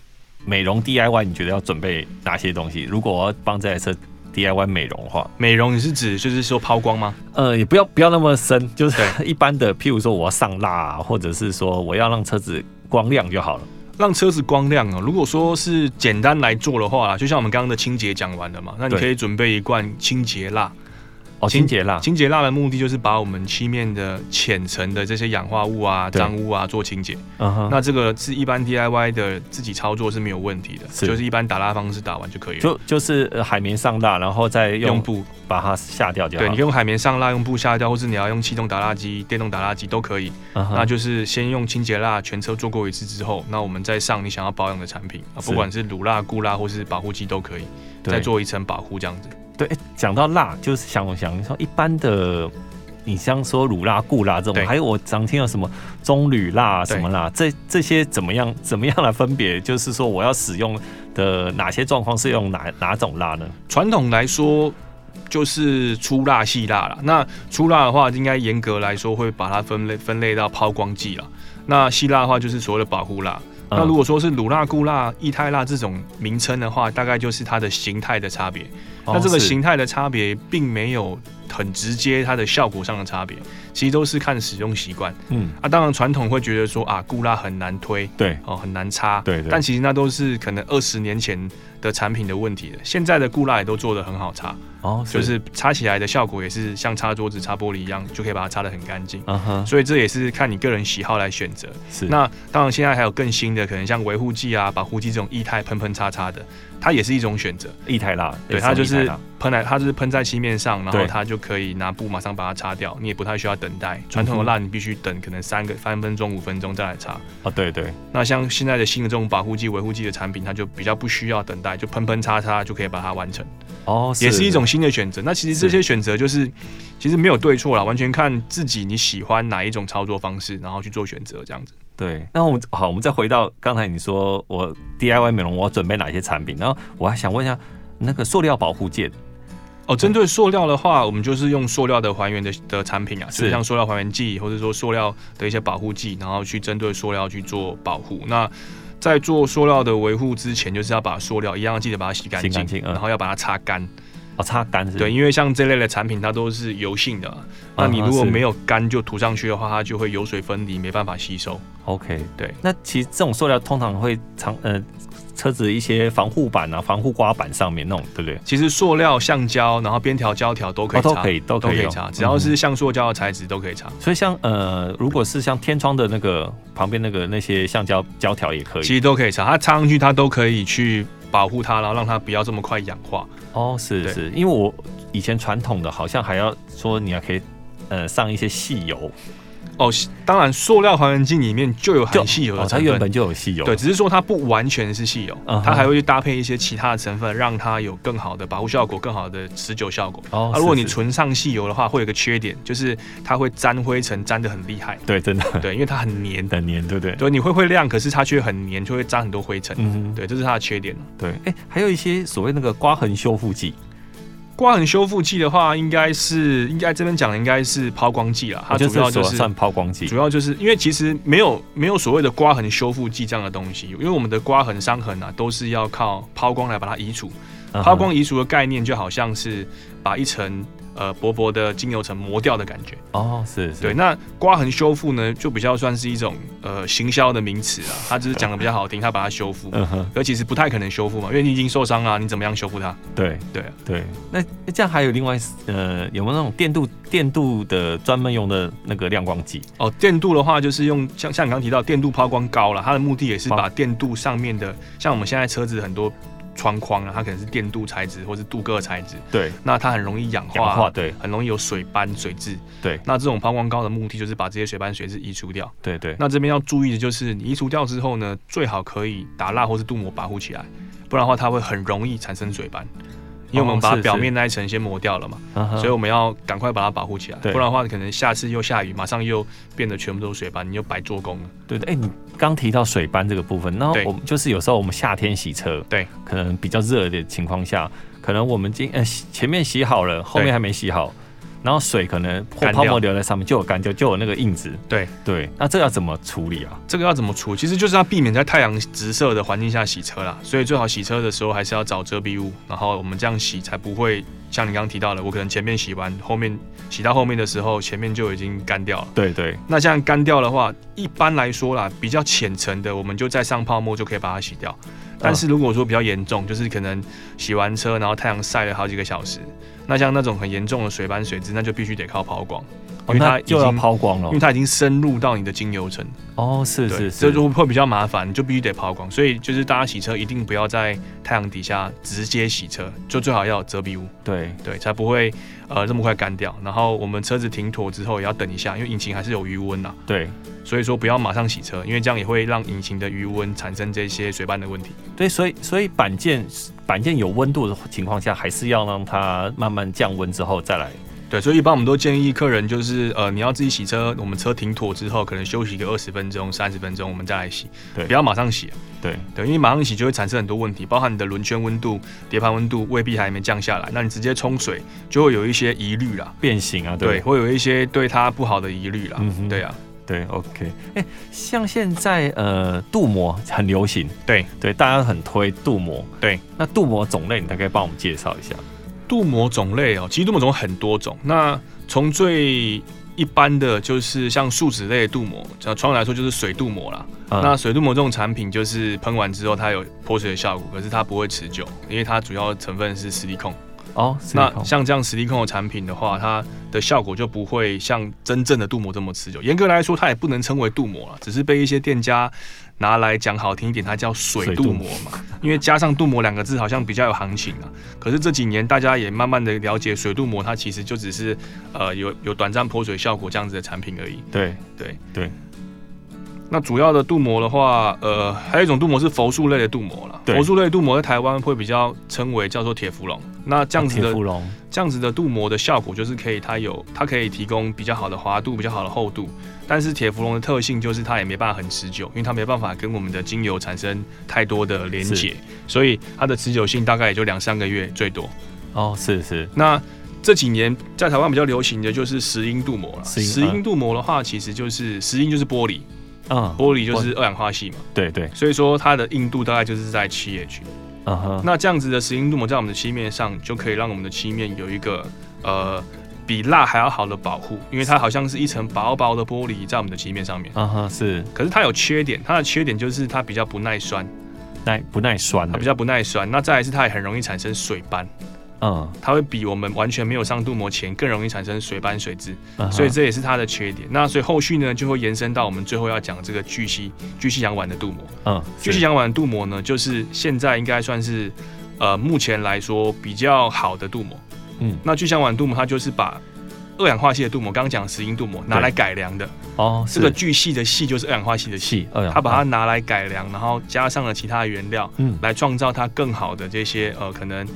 S1: 美容 DIY 你觉得要准备哪些东西？如果我要帮这台车 DIY 美容的话，
S2: 美容你是指就是说抛光吗？
S1: 呃，也不要不要那么深，就是 <laughs> 一般的，譬如说我要上蜡、啊，或者是说我要让车子光亮就好了。
S2: 让车子光亮哦。如果说是简单来做的话，就像我们刚刚的清洁讲完了嘛，那你
S1: 对
S2: 可以准备一罐清洁蜡。
S1: 哦，清洁蜡，
S2: 啊清洁蜡的目的就是把我们漆面的浅层的这些氧化物啊、
S1: 对
S2: 脏污啊做清洁。
S1: 嗯哼，
S2: 那这个是一般 DIY 的自己操作是没有问题的，
S1: 是
S2: 就是一般打蜡方式打完就可以了。
S1: 就就是呃海绵上蜡，然后再
S2: 用
S1: 用
S2: 布，
S1: 把它下掉就好
S2: 对
S1: 了。
S2: 你可以用海绵上蜡，用布下掉，或是你要用气动打蜡机、电动打蜡机都可以。
S1: 嗯哼
S2: 那就是先用清洁蜡全车做过一次之后，那我们再上你想要保养的产品，啊
S1: 是
S2: 不管是乳蜡、固蜡或是保护剂都可以，
S1: 对
S2: 再做一层保护这样子。
S1: 对，诶讲到蜡，就是想想说一般的，你像说乳蜡、固蜡这种，
S2: 对
S1: 还有我常听到什么棕榈蜡
S2: 对
S1: 什么蜡，这这些怎么样怎么样来分别？就是说我要使用的哪些状况是用哪哪种蜡呢？
S2: 传统来说就是粗蜡、细蜡啦。那粗蜡的话，应该严格来说会把它分类分类到抛光剂啦。那细蜡的话，就是所谓的保护蜡。那
S1: 嗯
S2: 如果说是乳蜡、固蜡、液态蜡这种名称的话，大概就是它的形态的差别。那这个
S1: 哦是
S2: 形态的差别并没有很直接，它的效果上的差别，其实都是看使用习惯。
S1: 嗯，
S2: 啊，当然传统会觉得说啊，固蜡很难推，
S1: 对，
S2: 哦，很难擦。
S1: 对对
S2: 但其实那都是可能二十年前的产品的问题了。现在的固蜡也都做得很好擦，
S1: 哦，
S2: 就是擦起来的效果也是像擦桌子、擦玻璃一样，就可以把它擦得很干净。
S1: 嗯哼，
S2: 所以这也是看你个人喜好来选择。
S1: 是
S2: 那当然，现在还有更新的，可能像维护剂啊、保护剂这种液态喷喷擦擦的，它也是一种选择。
S1: 液态蜡，
S2: 对，
S1: 也
S2: 它就
S1: 液态
S2: 是
S1: 蜡
S2: 喷来，它就是喷在漆面上，然后
S1: 对
S2: 它就可以拿布马上把它擦掉，你也不太需要等待。传
S1: 嗯
S2: 统的蜡你必须等可能三个三分钟、五分钟再来擦。
S1: 哦，对对，
S2: 那像现在的新的这种保护剂、维护剂的产品，它就比较不需要等待，就喷喷擦擦就可以把它完成，
S1: 哦，
S2: 也是一种新的选择。那其实这些选择就是，其实没有对错啦，完全看自己你喜欢哪一种操作方式，然后去做选择这样子。
S1: 对，那我们好，我们再回到刚才你说我 DIY 美容，我要准备哪些产品？然后我还想问一下，那个塑料保护戒指
S2: 哦，针对塑料的话，我们就是用塑料的还原的的产品啊，
S1: 是
S2: 就是像塑料还原剂，或者说塑料的一些保护剂，然后去针对塑料去做保护。那在做塑料的维护之前，就是要把塑料一样记得把它洗干
S1: 洗干
S2: 净
S1: 净，嗯
S2: 然后要把它擦干。
S1: 哦，擦干是？
S2: 对，，因为像这类的产品，它都是油性的啊，那你如果没有干就涂上去的话，它就会油水分离，没办法吸收。
S1: OK，
S2: 对。
S1: 那其实这种塑料通常会常呃车子一些防护板啊、防护刮板上面那种，对不对？
S2: 其实塑料、橡胶，然后边条、胶条都可以
S1: 哦都
S2: 擦，
S1: 可以都可以用
S2: 擦，只要是
S1: 嗯
S2: 像塑胶的材质都可以擦。
S1: 所以像呃，如果是像天窗的那个旁边那个那些橡胶胶条也可
S2: 其
S1: 以。
S2: 实都可以擦，它插上去它都可以去保护它，然后让它不要这么快氧化。
S1: 哦，是
S2: 对
S1: 是，因为我以前传统的好像还要说你要可以呃上一些细油，
S2: 哦，当然，塑料还原剂里面就有含稀啊有
S1: 哦
S2: 的
S1: 它
S2: 成
S1: 原
S2: 分。
S1: 本就有细油，
S2: 对，只是说它不完全是稀有
S1: 嗯哼
S2: 它还会去搭配一些其他的成分，让它有更好的保护效果、更好的持久效果。
S1: 哦
S2: 啊，如果
S1: 是
S2: 你
S1: 是
S2: 纯上细油的话，会有一个缺点，就是它会沾灰尘，沾的 <laughs> 很厉害。
S1: 对真的
S2: 对，因为它很黏，
S1: 很黏，嗯对不对？
S2: 对，你会会亮，可是它却很黏，就会沾很多灰尘。
S1: 嗯哼，
S2: 对，这是它的缺点。
S1: 对，哎、还有一些所谓那个刮痕修复剂，
S2: 刮痕修复剂的话，应该是应该这边讲的应该是抛光剂啦，它
S1: 我觉得
S2: 主要
S1: 这
S2: 就
S1: 所
S2: 是
S1: 算抛光剂
S2: 主。要就是因为其实没有没有所谓的刮痕修复剂这样的东西，因为我们的刮痕伤痕啊都是要靠抛光来把它移除。
S1: 嗯哼
S2: 抛光移除的概念就好像是把一层呃薄薄的精油层磨掉的感觉。
S1: 哦，是是，
S2: 对，那刮痕修复呢，就比较算是一种呃行销的名词啊，它只是讲的比较好听，它把它修复。
S1: 嗯哼，
S2: 而其实不太可能修复嘛，因为你已经受伤啊了，你怎么样修复它？
S1: 对啊
S2: 对
S1: 对。那那这样还有另外呃，有没有那种电镀电镀的专门用的那个亮光剂？
S2: 哦，电镀的话就是用像
S1: 哦
S2: 像你刚刚提到电镀抛光膏啦，它的目的也是
S1: 抛
S2: 把电镀上面的，像我们现在车子很多窗框啊，它可能是电镀材质或是镀铬材质，
S1: 对，
S2: 那它很容易氧化，
S1: 氧化，对
S2: 很容易有水斑、水渍。
S1: 对
S2: 那这种抛光膏的目的就是把这些水斑、水渍移除掉。
S1: 对对，
S2: 那这边要注意的就是，你移除掉之后呢，最好可以打蜡或是镀膜保护起来，不然的话它会很容易产生水斑，因为我们把
S1: 哦是
S2: 它表面那一层先磨掉了嘛，
S1: 所
S2: 所以我们要赶快把它保护起来，
S1: 对
S2: 不然的话可能下次又下雨，马上又变得全部都是水斑，你又白做工了。
S1: 对对，哎、你刚提到水斑这个部分，然后
S2: 对
S1: 我们就是有时候我们夏天洗车，
S2: 对，
S1: 可能比较热的情况下，可能我们今呃洗前面洗好了，后面
S2: 对
S1: 还没洗好，然后水可能或
S2: 干
S1: 泡
S2: 掉
S1: 沫留在上面就有干掉，就有那个印子。
S2: 对
S1: 对，那这要怎么处理啊？
S2: 这个要怎么除？其实就是要避免在太阳直射的环境下洗车啦，所以最好洗车的时候还是要找遮蔽物，然后我们这样洗才不会像你刚刚提到的，我可能前面洗完，后面洗到后面的时候，前面就已经干掉了。
S1: 对对
S2: 那这样干掉的话，一般来说啦，比较浅层的，我们就再上泡沫就可以把它洗掉。
S1: 嗯
S2: 但是如果说比较严重，就是可能洗完车，然后太阳晒了好几个小时，那像那种很严重的水斑水渍，那就必须得靠抛光，因
S1: 哦，
S2: 为它
S1: 那
S2: 已经
S1: 就要抛光
S2: 因为
S1: 了。
S2: 它已经深入到你的精油层。
S1: 哦，是
S2: 对，
S1: 是
S2: 这
S1: 是，
S2: 就会比较麻烦，你就必须得抛光。所以就是大家洗车一定不要在太阳底下直接洗车，就最好要有遮蔽物，
S1: 对
S2: 对，才不会呃这么快干掉。然后我们车子停妥之后也要等一下，因为引擎还是有余温呐、
S1: 对
S2: 所以说不要马上洗车，因为这样也会让引擎的余温产生这些水斑的问题。
S1: 对，所以所以板件板件有温度的情况下，还是要让它慢慢降温之后再来。
S2: 对，所以一般我们都建议客人就是，呃，你要自己洗车，我们车停妥之后，可能休息个二十分钟、三十分钟，我们再来洗，
S1: 对
S2: 不要马上洗。
S1: 对
S2: 对，因为马上洗就会产生很多问题，包含你的轮圈温度、碟盘温度未必还没降下来，那你直接冲水就会有一些疑虑啦。
S1: 变形啊，对不
S2: 对，
S1: 对
S2: 会有一些对它不好的疑虑啦。
S1: 嗯哼
S2: 对啊，
S1: 对，OK，哎、像现在呃，镀膜很流行，
S2: 对
S1: 对，大家很推镀膜。
S2: 对，
S1: 那镀膜种类，你大概帮我们介绍一下。
S2: 镀膜种类哦，其实镀膜种很多种，那从最一般的就是像树脂类的镀膜，呃，传统来说就是水镀膜啦。
S1: 嗯
S2: 那水镀膜这种产品，就是喷完之后它有泼水的效果，可是它不会持久，因为它主要成分是实力控。
S1: 哦，
S2: 那
S1: silicone
S2: 像这样实力控的产品的话，它的效果就不会像真正的镀膜这么持久。严格来说，它也不能称为镀膜了，只是被一些店家拿来讲好听一点，它叫水镀膜嘛。因为加上“镀膜”两个字，好像比较有行情啊。可是这几年大家也慢慢的了解，水镀膜它其实就只是呃有有短暂泼水效果这样子的产品而已。
S1: 对
S2: 对
S1: 对。
S2: 那主要的镀膜的话，呃，还有一种镀膜是佛塑类的镀膜了。
S1: 对
S2: 佛塑类的镀膜在台湾会比较称为叫做铁氟龙。那这样子
S1: 啊铁
S2: 的
S1: 氟龙，
S2: 这样子的镀膜的效果就是可以，它有它可以提供比较好的滑度、比较好的厚度，但是铁氟龙的特性就是它也没办法很持久，因为它没办法跟我们的精油产生太多的连
S1: 是
S2: 接，所以它的持久性大概也就两三个月最多。
S1: 哦，是是，
S2: 那这几年在台湾比较流行的就是石英镀膜了。
S1: 石英
S2: 石英镀膜的话，其实就是石英就是玻璃，
S1: 嗯，
S2: 玻璃就是二氧化系嘛，
S1: 对对，
S2: 所以说它的硬度大概就是在七 H。
S1: 嗯哼，
S2: 那这样子的石英镀膜在我们的漆面上，就可以让我们的漆面有一个呃比蜡还要好的保护，因为它好像是一层薄薄的玻璃在我们的漆面上面。
S1: 嗯哼，是
S2: 可是它有缺点，它的缺点就是它比较不耐酸，
S1: 耐不耐酸
S2: 它
S1: 的
S2: 比？较不耐酸。那再来是它也很容易产生水斑，
S1: 嗯，
S2: 它会比我们完全没有上镀膜前更容易产生水斑水渍，
S1: 嗯哼
S2: 所以这也是它的缺点。那所以后续呢，就会延伸到我们最后要讲这个聚烯聚烯氧烷的镀膜。
S1: 嗯，
S2: 聚烯
S1: 是
S2: 氧烷镀膜呢，就是现在应该算是呃目前来说比较好的镀膜。
S1: 嗯，
S2: 那聚烯氧烷镀膜它就是把二氧化系的镀膜，刚刚讲的石英镀膜拿来改良的，
S1: 哦，
S2: 这
S1: 是哎
S2: 个聚系的系就是二氧化系的系，
S1: 气二氧
S2: 它
S1: 化，
S2: 把它拿来改良，然后加上了其他的原料，
S1: 嗯
S2: 来创造它更好的这些呃可能。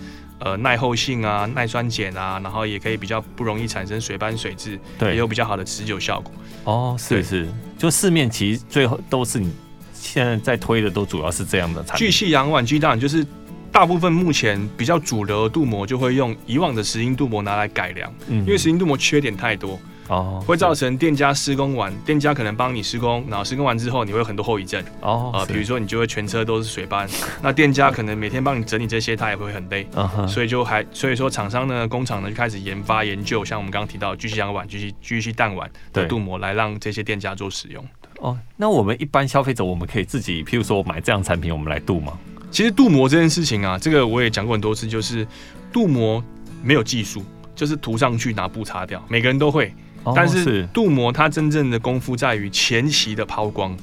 S2: 呃，耐候性啊，耐酸碱啊，然后也可以比较不容易产生水斑水渍，也
S1: 对
S2: 有比较好的持久效果。
S1: 哦，是
S2: 对
S1: 是，就市面其实最后都是你现在在推的都主要是这样的产
S2: 聚
S1: 品，
S2: 系氧烷基当然就是大部分目前比较主流的镀膜就会用以往的石英镀膜拿来改良，
S1: 嗯
S2: 因为石英镀膜缺点太多，
S1: 哦
S2: 会造
S1: 是
S2: 成店家施工完，店家可能帮你施工，然后施工完之后你会有很多后遗症
S1: 哦
S2: 啊，
S1: 是
S2: 比如说你就会全车都是水斑，那店家可能每天帮你整理这些，他也会很累。
S1: 嗯哼，
S2: 所以就还所以说厂商呢，工厂呢就开始研发研究，像我们刚刚提到的聚烯氧烷、聚烯聚烯氮烷
S1: 对
S2: 的镀膜，来让这些店家做使用。
S1: 哦，那我们一般消费者，我们可以自己，譬如说我买这样产品，我们来镀吗？
S2: 其实镀膜这件事情啊，这个我也讲过很多次，就是镀膜没有技术，就是涂上去拿布擦掉，每个人都会。
S1: 哦
S2: 但是镀膜它真正的功夫在于前期的抛光，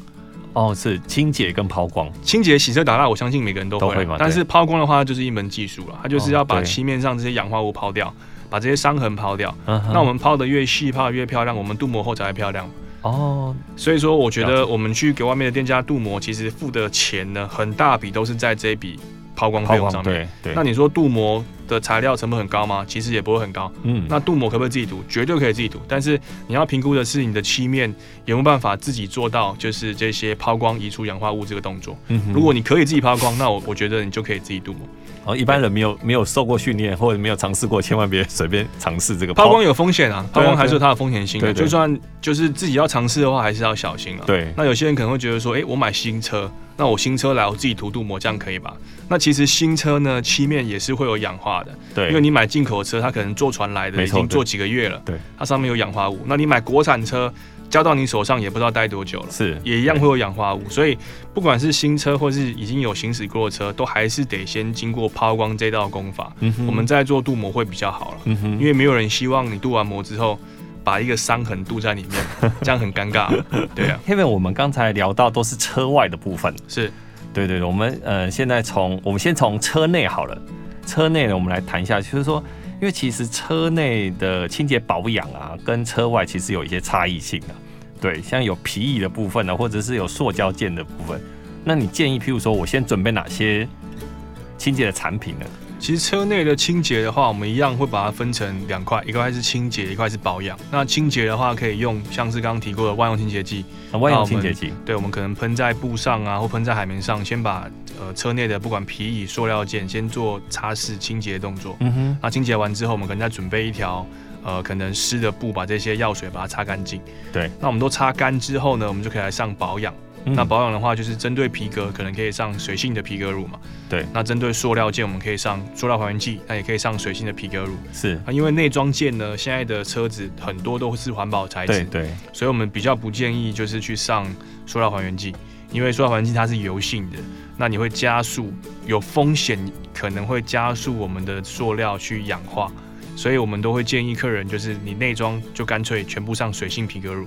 S1: 哦，是清洁跟抛光，
S2: 清洁、洗车、打蜡，我相信每个人都会
S1: 都
S2: 啊，
S1: 会嘛
S2: 但
S1: 对
S2: 是抛光的话，就是一门技术了，它就是
S1: 哦
S2: 要把
S1: 对
S2: 漆面上这些氧化物抛掉，把这些伤痕抛掉。
S1: 嗯哼
S2: 那我们抛的越细，抛的越漂亮，我们镀膜后才会漂亮。
S1: 哦，
S2: 所以说，我觉
S1: 了
S2: 得我们去给外面的店家镀膜，其实付的钱呢，很大笔都是在这一笔抛光费
S1: 抛
S2: 用上
S1: 光
S2: 面。
S1: 对对，
S2: 那你说镀膜的材料成本很高吗？其实也不会很高。
S1: 嗯
S2: 那镀膜可不可以自己涂？绝对可以自己涂，但是你要评估的是你的漆面有没有办法自己做到，就是这些抛光移除氧化物这个动作。
S1: 嗯哼
S2: 如果你可以自己抛光，那我我觉得你就可以自己镀膜。
S1: 哦，一般人没有没有受过训练或者没有尝试过，千万别随便尝试这个
S2: 抛光。有风险啊，
S1: 对
S2: 抛
S1: 啊
S2: 光还是有它的风险性
S1: 对
S2: 的。
S1: 对
S2: 就算就是自己要尝试的话，还是要小心啊。。
S1: 对，
S2: 那有些人可能会觉得说，诶，我买新车，那我新车来，我自己涂镀膜，这样可以吧？那其实新车呢，漆面也是会有氧化的，
S1: 对，
S2: 因为你买进口车，它可能坐船来的，
S1: 没
S2: 已
S1: 错
S2: 经坐几个月了，
S1: 对，
S2: 它上面有氧化物。那你买国产车，交到你手上也不知道待多久了。
S1: 是
S2: 也一样会有氧化物，所以不管是新车或是已经有行驶过的车，都还是得先经过抛光这道工法，
S1: 嗯哼
S2: 我们再做镀膜会比较好了。
S1: 嗯哼
S2: 因为没有人希望你镀完膜之后把一个伤痕镀在里面，
S1: <laughs>
S2: 这样很尴尬。对啊，
S1: Kevin，我们刚才聊到都是车外的部分，
S2: 是
S1: 对对对，我们呃现在从我们先从车内好了，车内呢我们来谈一下，就是说，因为其实车内的清洁保养啊，跟车外其实有一些差异性啊，对，像有皮椅的部分呢、或者是有塑胶件的部分，那你建议，譬如说我先准备哪些清洁的产品呢？
S2: 其实车内的清洁的话，我们一样会把它分成两块，一块是清洁，一块是保养。那清洁的话，可以用像是刚刚提过的万用清洁剂，
S1: 啊万
S2: 那
S1: 用
S2: 我
S1: 清
S2: 们
S1: 洁剂，
S2: 对我们可能喷在布上啊，或喷在海绵上，先把呃车内的不管皮椅、塑料件先做擦拭清洁的动作。
S1: 嗯哼，
S2: 那清洁完之后，我们可能再准备一条呃可能湿的布，把这些药水把它擦干净。
S1: 对，
S2: 那我们都擦干之后呢，我们就可以来上保养。
S1: 嗯
S2: 那保养的话，就是针对皮革，可能可以上水性的皮革乳嘛。
S1: 对
S2: 那针对塑料件，我们可以上塑料还原剂，那也可以上水性的皮革乳。
S1: 是，
S2: 啊，因为内装件呢，现在的车子很多都是环保材
S1: 对
S2: 质，
S1: 对，
S2: 所以我们比较不建议就是去上塑料还原剂，因为塑料还原剂它是油性的，那你会加速，有风险可能会加速我们的塑料去氧化，所以我们都会建议客人就是你内装就干脆全部上水性皮革乳，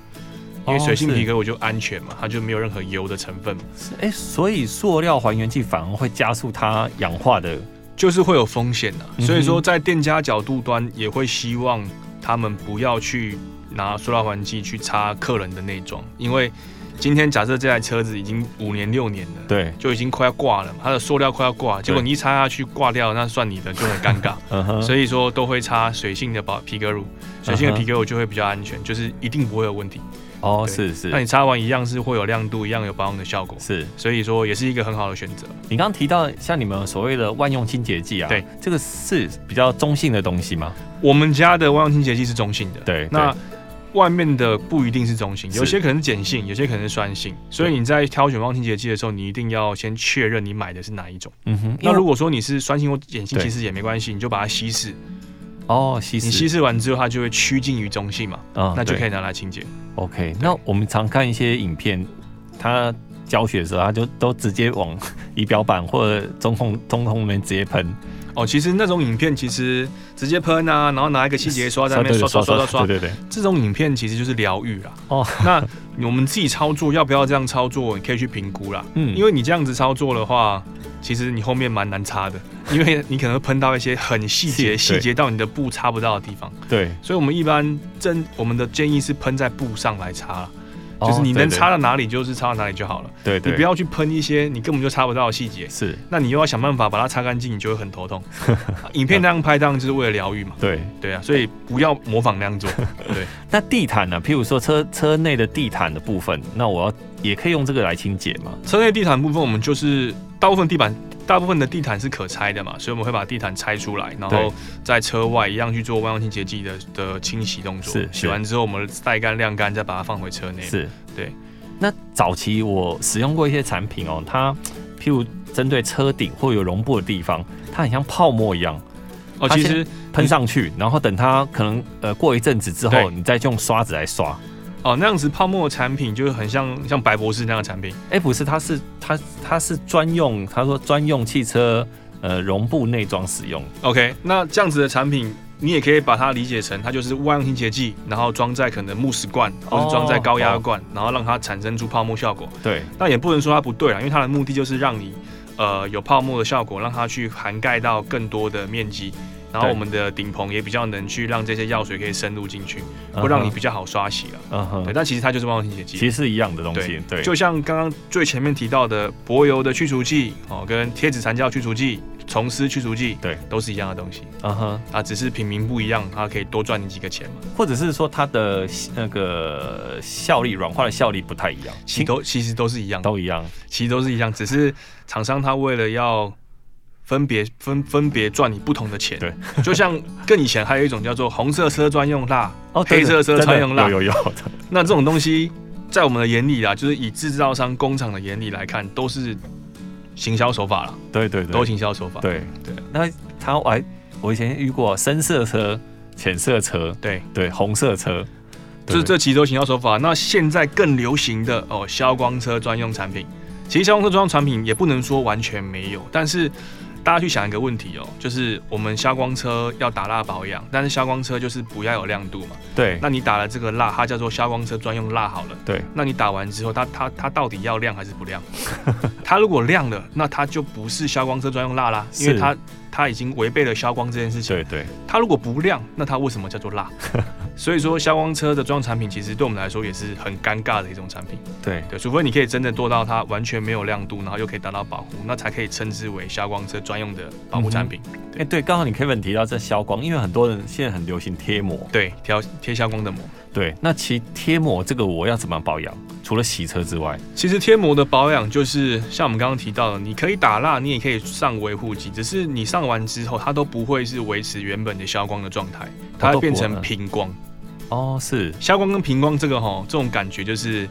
S2: 因为水性
S1: 哦
S2: 皮
S1: 是
S2: 革乳就安全嘛，它就没有任何油的成分嘛，
S1: 是哎、所以塑料还原剂反而会加速它氧化的，
S2: 就是会有风险的、
S1: 嗯哼
S2: 所以说在店家角度端也会希望他们不要去拿塑料环剂去擦客人的内装，因为今天假设这台车子已经五年六年了。
S1: 对，
S2: 就已经快要挂了嘛，它的塑料快要挂了，结果你一擦下去挂掉，那算你的就很尴尬。
S1: <laughs> 嗯哼，嗯
S2: 所以说都会擦水性的保皮革乳，水性的皮革乳就会比较安全，就是一定不会有问题。
S1: 哦，
S2: 对
S1: 是
S2: 那
S1: 是
S2: 你擦完一样是会有亮度，一样有保养的效果，
S1: 是，
S2: 所以说也是一个很好的选择。
S1: 你刚刚提到像你们所谓的万用清洁剂啊，
S2: 对，
S1: 这个是比较中性的东西吗？
S2: 我们家的万用清洁剂是中性的，
S1: 对
S2: 那外面的不一定是中性，
S1: 是嗯
S2: 有些可能是碱性，有些可能是酸性，所以你在挑选万用清洁剂的时候，你一定要先确认你买的是哪一种。
S1: 嗯哼，
S2: 那如
S1: 果
S2: 果说你是酸性或碱性，
S1: 对
S2: 其实也没关系，你就把它稀释，
S1: 哦稀释，
S2: 你稀释完之后，它就会趋近于中性嘛，
S1: 啊
S2: 那就可
S1: 以
S2: 以拿来清洁。
S1: OK。那我们常看一些影片，他教学的时候，他就都直接往 <laughs> 仪表板或者中控中控那边直接喷，
S2: 哦，其实那种影片其实直接喷啊，然后拿一个清洁刷在那边刷刷刷刷刷，
S1: 对对对，
S2: 这种影片其实就是疗愈啦。
S1: 哦，
S2: 那我们自己操作要不要这样操作，你可以去评估啦。
S1: 嗯
S2: 因为你这样子操作的话，其实你后面蛮难擦的， <laughs> 因为你可能会喷到一些很细节、
S1: 细对
S2: 细节到你的布擦不到的地方。
S1: 嗯对，
S2: 所以我们一般正我们的建议是喷在布上来擦啦，就
S1: 哦
S2: 是你能擦，
S1: 对
S2: 到哪里就是擦到哪里就好了，
S1: 对对，
S2: 你不要去喷一些你根本就擦不到的细节。
S1: 是，
S2: 那你又要想办法把它擦干净，你就会很
S1: <laughs>
S2: 头痛。影片那样拍当然就是为了疗愈嘛，
S1: 对。
S2: 对啊，所以不要模仿那样做。
S1: <laughs>
S2: 对，
S1: 那地毯呢、譬如说车车内的地毯的部分，那我要也可以用这个来清洁嘛？
S2: 车内地毯部分，我们就是大部分地板，大部分的地毯是可拆的嘛，所以我们会把地毯拆出来，然
S1: 对
S2: 后在车外一样去做万用清洁剂的的清洗动作。
S1: 是是
S2: 洗完之后我们晒干晾干，再把它放回车内。
S1: 是，
S2: 对。
S1: 那早期我使用过一些产品哦，它譬如针对车顶或有绒布的地方，它很像泡沫一样
S2: 哦，
S1: 它
S2: 其
S1: 现
S2: 实
S1: 喷上去，然后等它可能呃过一阵子之后，
S2: 对
S1: 你再用刷子来刷。
S2: 哦那样子泡沫的产品就是很像像白博士那样的产品。
S1: 哎，不是，它是它它是专用，他说专用汽车呃绒布内装使用。
S2: OK，那这样子的产品你也可以把它理解成它就是万用清洁剂，然后装在可能慕斯罐或是装在高压
S1: 哦
S2: 罐，然后让它产生出泡沫效果。
S1: 对，
S2: 但也不能说它不对啦，因为它的目的就是让你呃有泡沫的效果，让它去涵盖到更多的面积，然后
S1: 对
S2: 我们的顶棚也比较能去让这些药水可以深入进去，会让你比较好刷洗了。
S1: 嗯哼，嗯
S2: 对，
S1: 哼，
S2: 但其实它就是万用清洁剂。
S1: 其实是一样的东西，对，
S2: 就像刚刚最前面提到的柏油的去除剂哦，跟贴纸残胶去除剂、虫丝去除剂，
S1: 对，
S2: 都是一样的东西
S1: 嗯哼，
S2: 啊，只是品名不一样，它可以多赚你几个钱嘛。
S1: 或者是说它的那个效力软化的效力不太一样，
S2: 其实都其实都是一样，
S1: 都一样，
S2: 其实都是一样，只是厂商他为了要分别分分别赚你不同的钱，
S1: 对，
S2: <laughs> 就像更以前还有一种叫做红色车专用蜡，
S1: 哦
S2: 黑色车专用蜡
S1: 有有有， <laughs>
S2: 那这种东西在我们的眼里啦，就是以制造商工厂的眼里来看，都是行销手法啦，
S1: 对对对，
S2: 都行销手法，
S1: 对
S2: 对。
S1: 那它我还我以前遇过深色车、浅色车，
S2: 对。
S1: 对，红色车，
S2: 这
S1: 对
S2: 这其实都行销手法。那现在更流行的哦，消光车专用产品，其实消光车专用产品也不能说完全没有，但是大家去想一个问题哦，就是我们消光车要打蜡保养，但是消光车就是不要有亮度嘛。
S1: 对
S2: 那你打了这个蜡，它叫做消光车专用蜡好了。
S1: 对
S2: 那你打完之后，它它它到底要亮还是不亮？ <laughs> 它如果亮了，那它就不是消光车专用蜡啦，因为
S1: 是
S2: 它它已经违背了消光这件事情。
S1: 对对，
S2: 它如果不亮，那它为什么叫做
S1: <laughs>
S2: 蜡？所以说，消光车的专用产品其实对我们来说也是很尴尬的一种产品。
S1: 对，
S2: 对，除非你可以真的做到它完全没有亮度，然后又可以达到保护，那才可以称之为消光车专用的保护产品。
S1: 哎、对，刚好你 Kevin 提到这消光，因为很多人现在很流行贴膜，
S2: 对，贴贴消光的膜。
S1: 对，那其实贴膜这个我要怎么保养？除了洗车之外，
S2: 其实贴膜的保养就是像我们刚刚提到的，你可以打蜡，你也可以上维护剂，只是你上完之后，它都不会是维持原本的消光的状态，
S1: 哦
S2: 它会
S1: 都不
S2: 变
S1: 会
S2: 成
S1: 啊
S2: 平光。
S1: 哦，是
S2: 瞎光跟平光这个哈，这种感觉就是，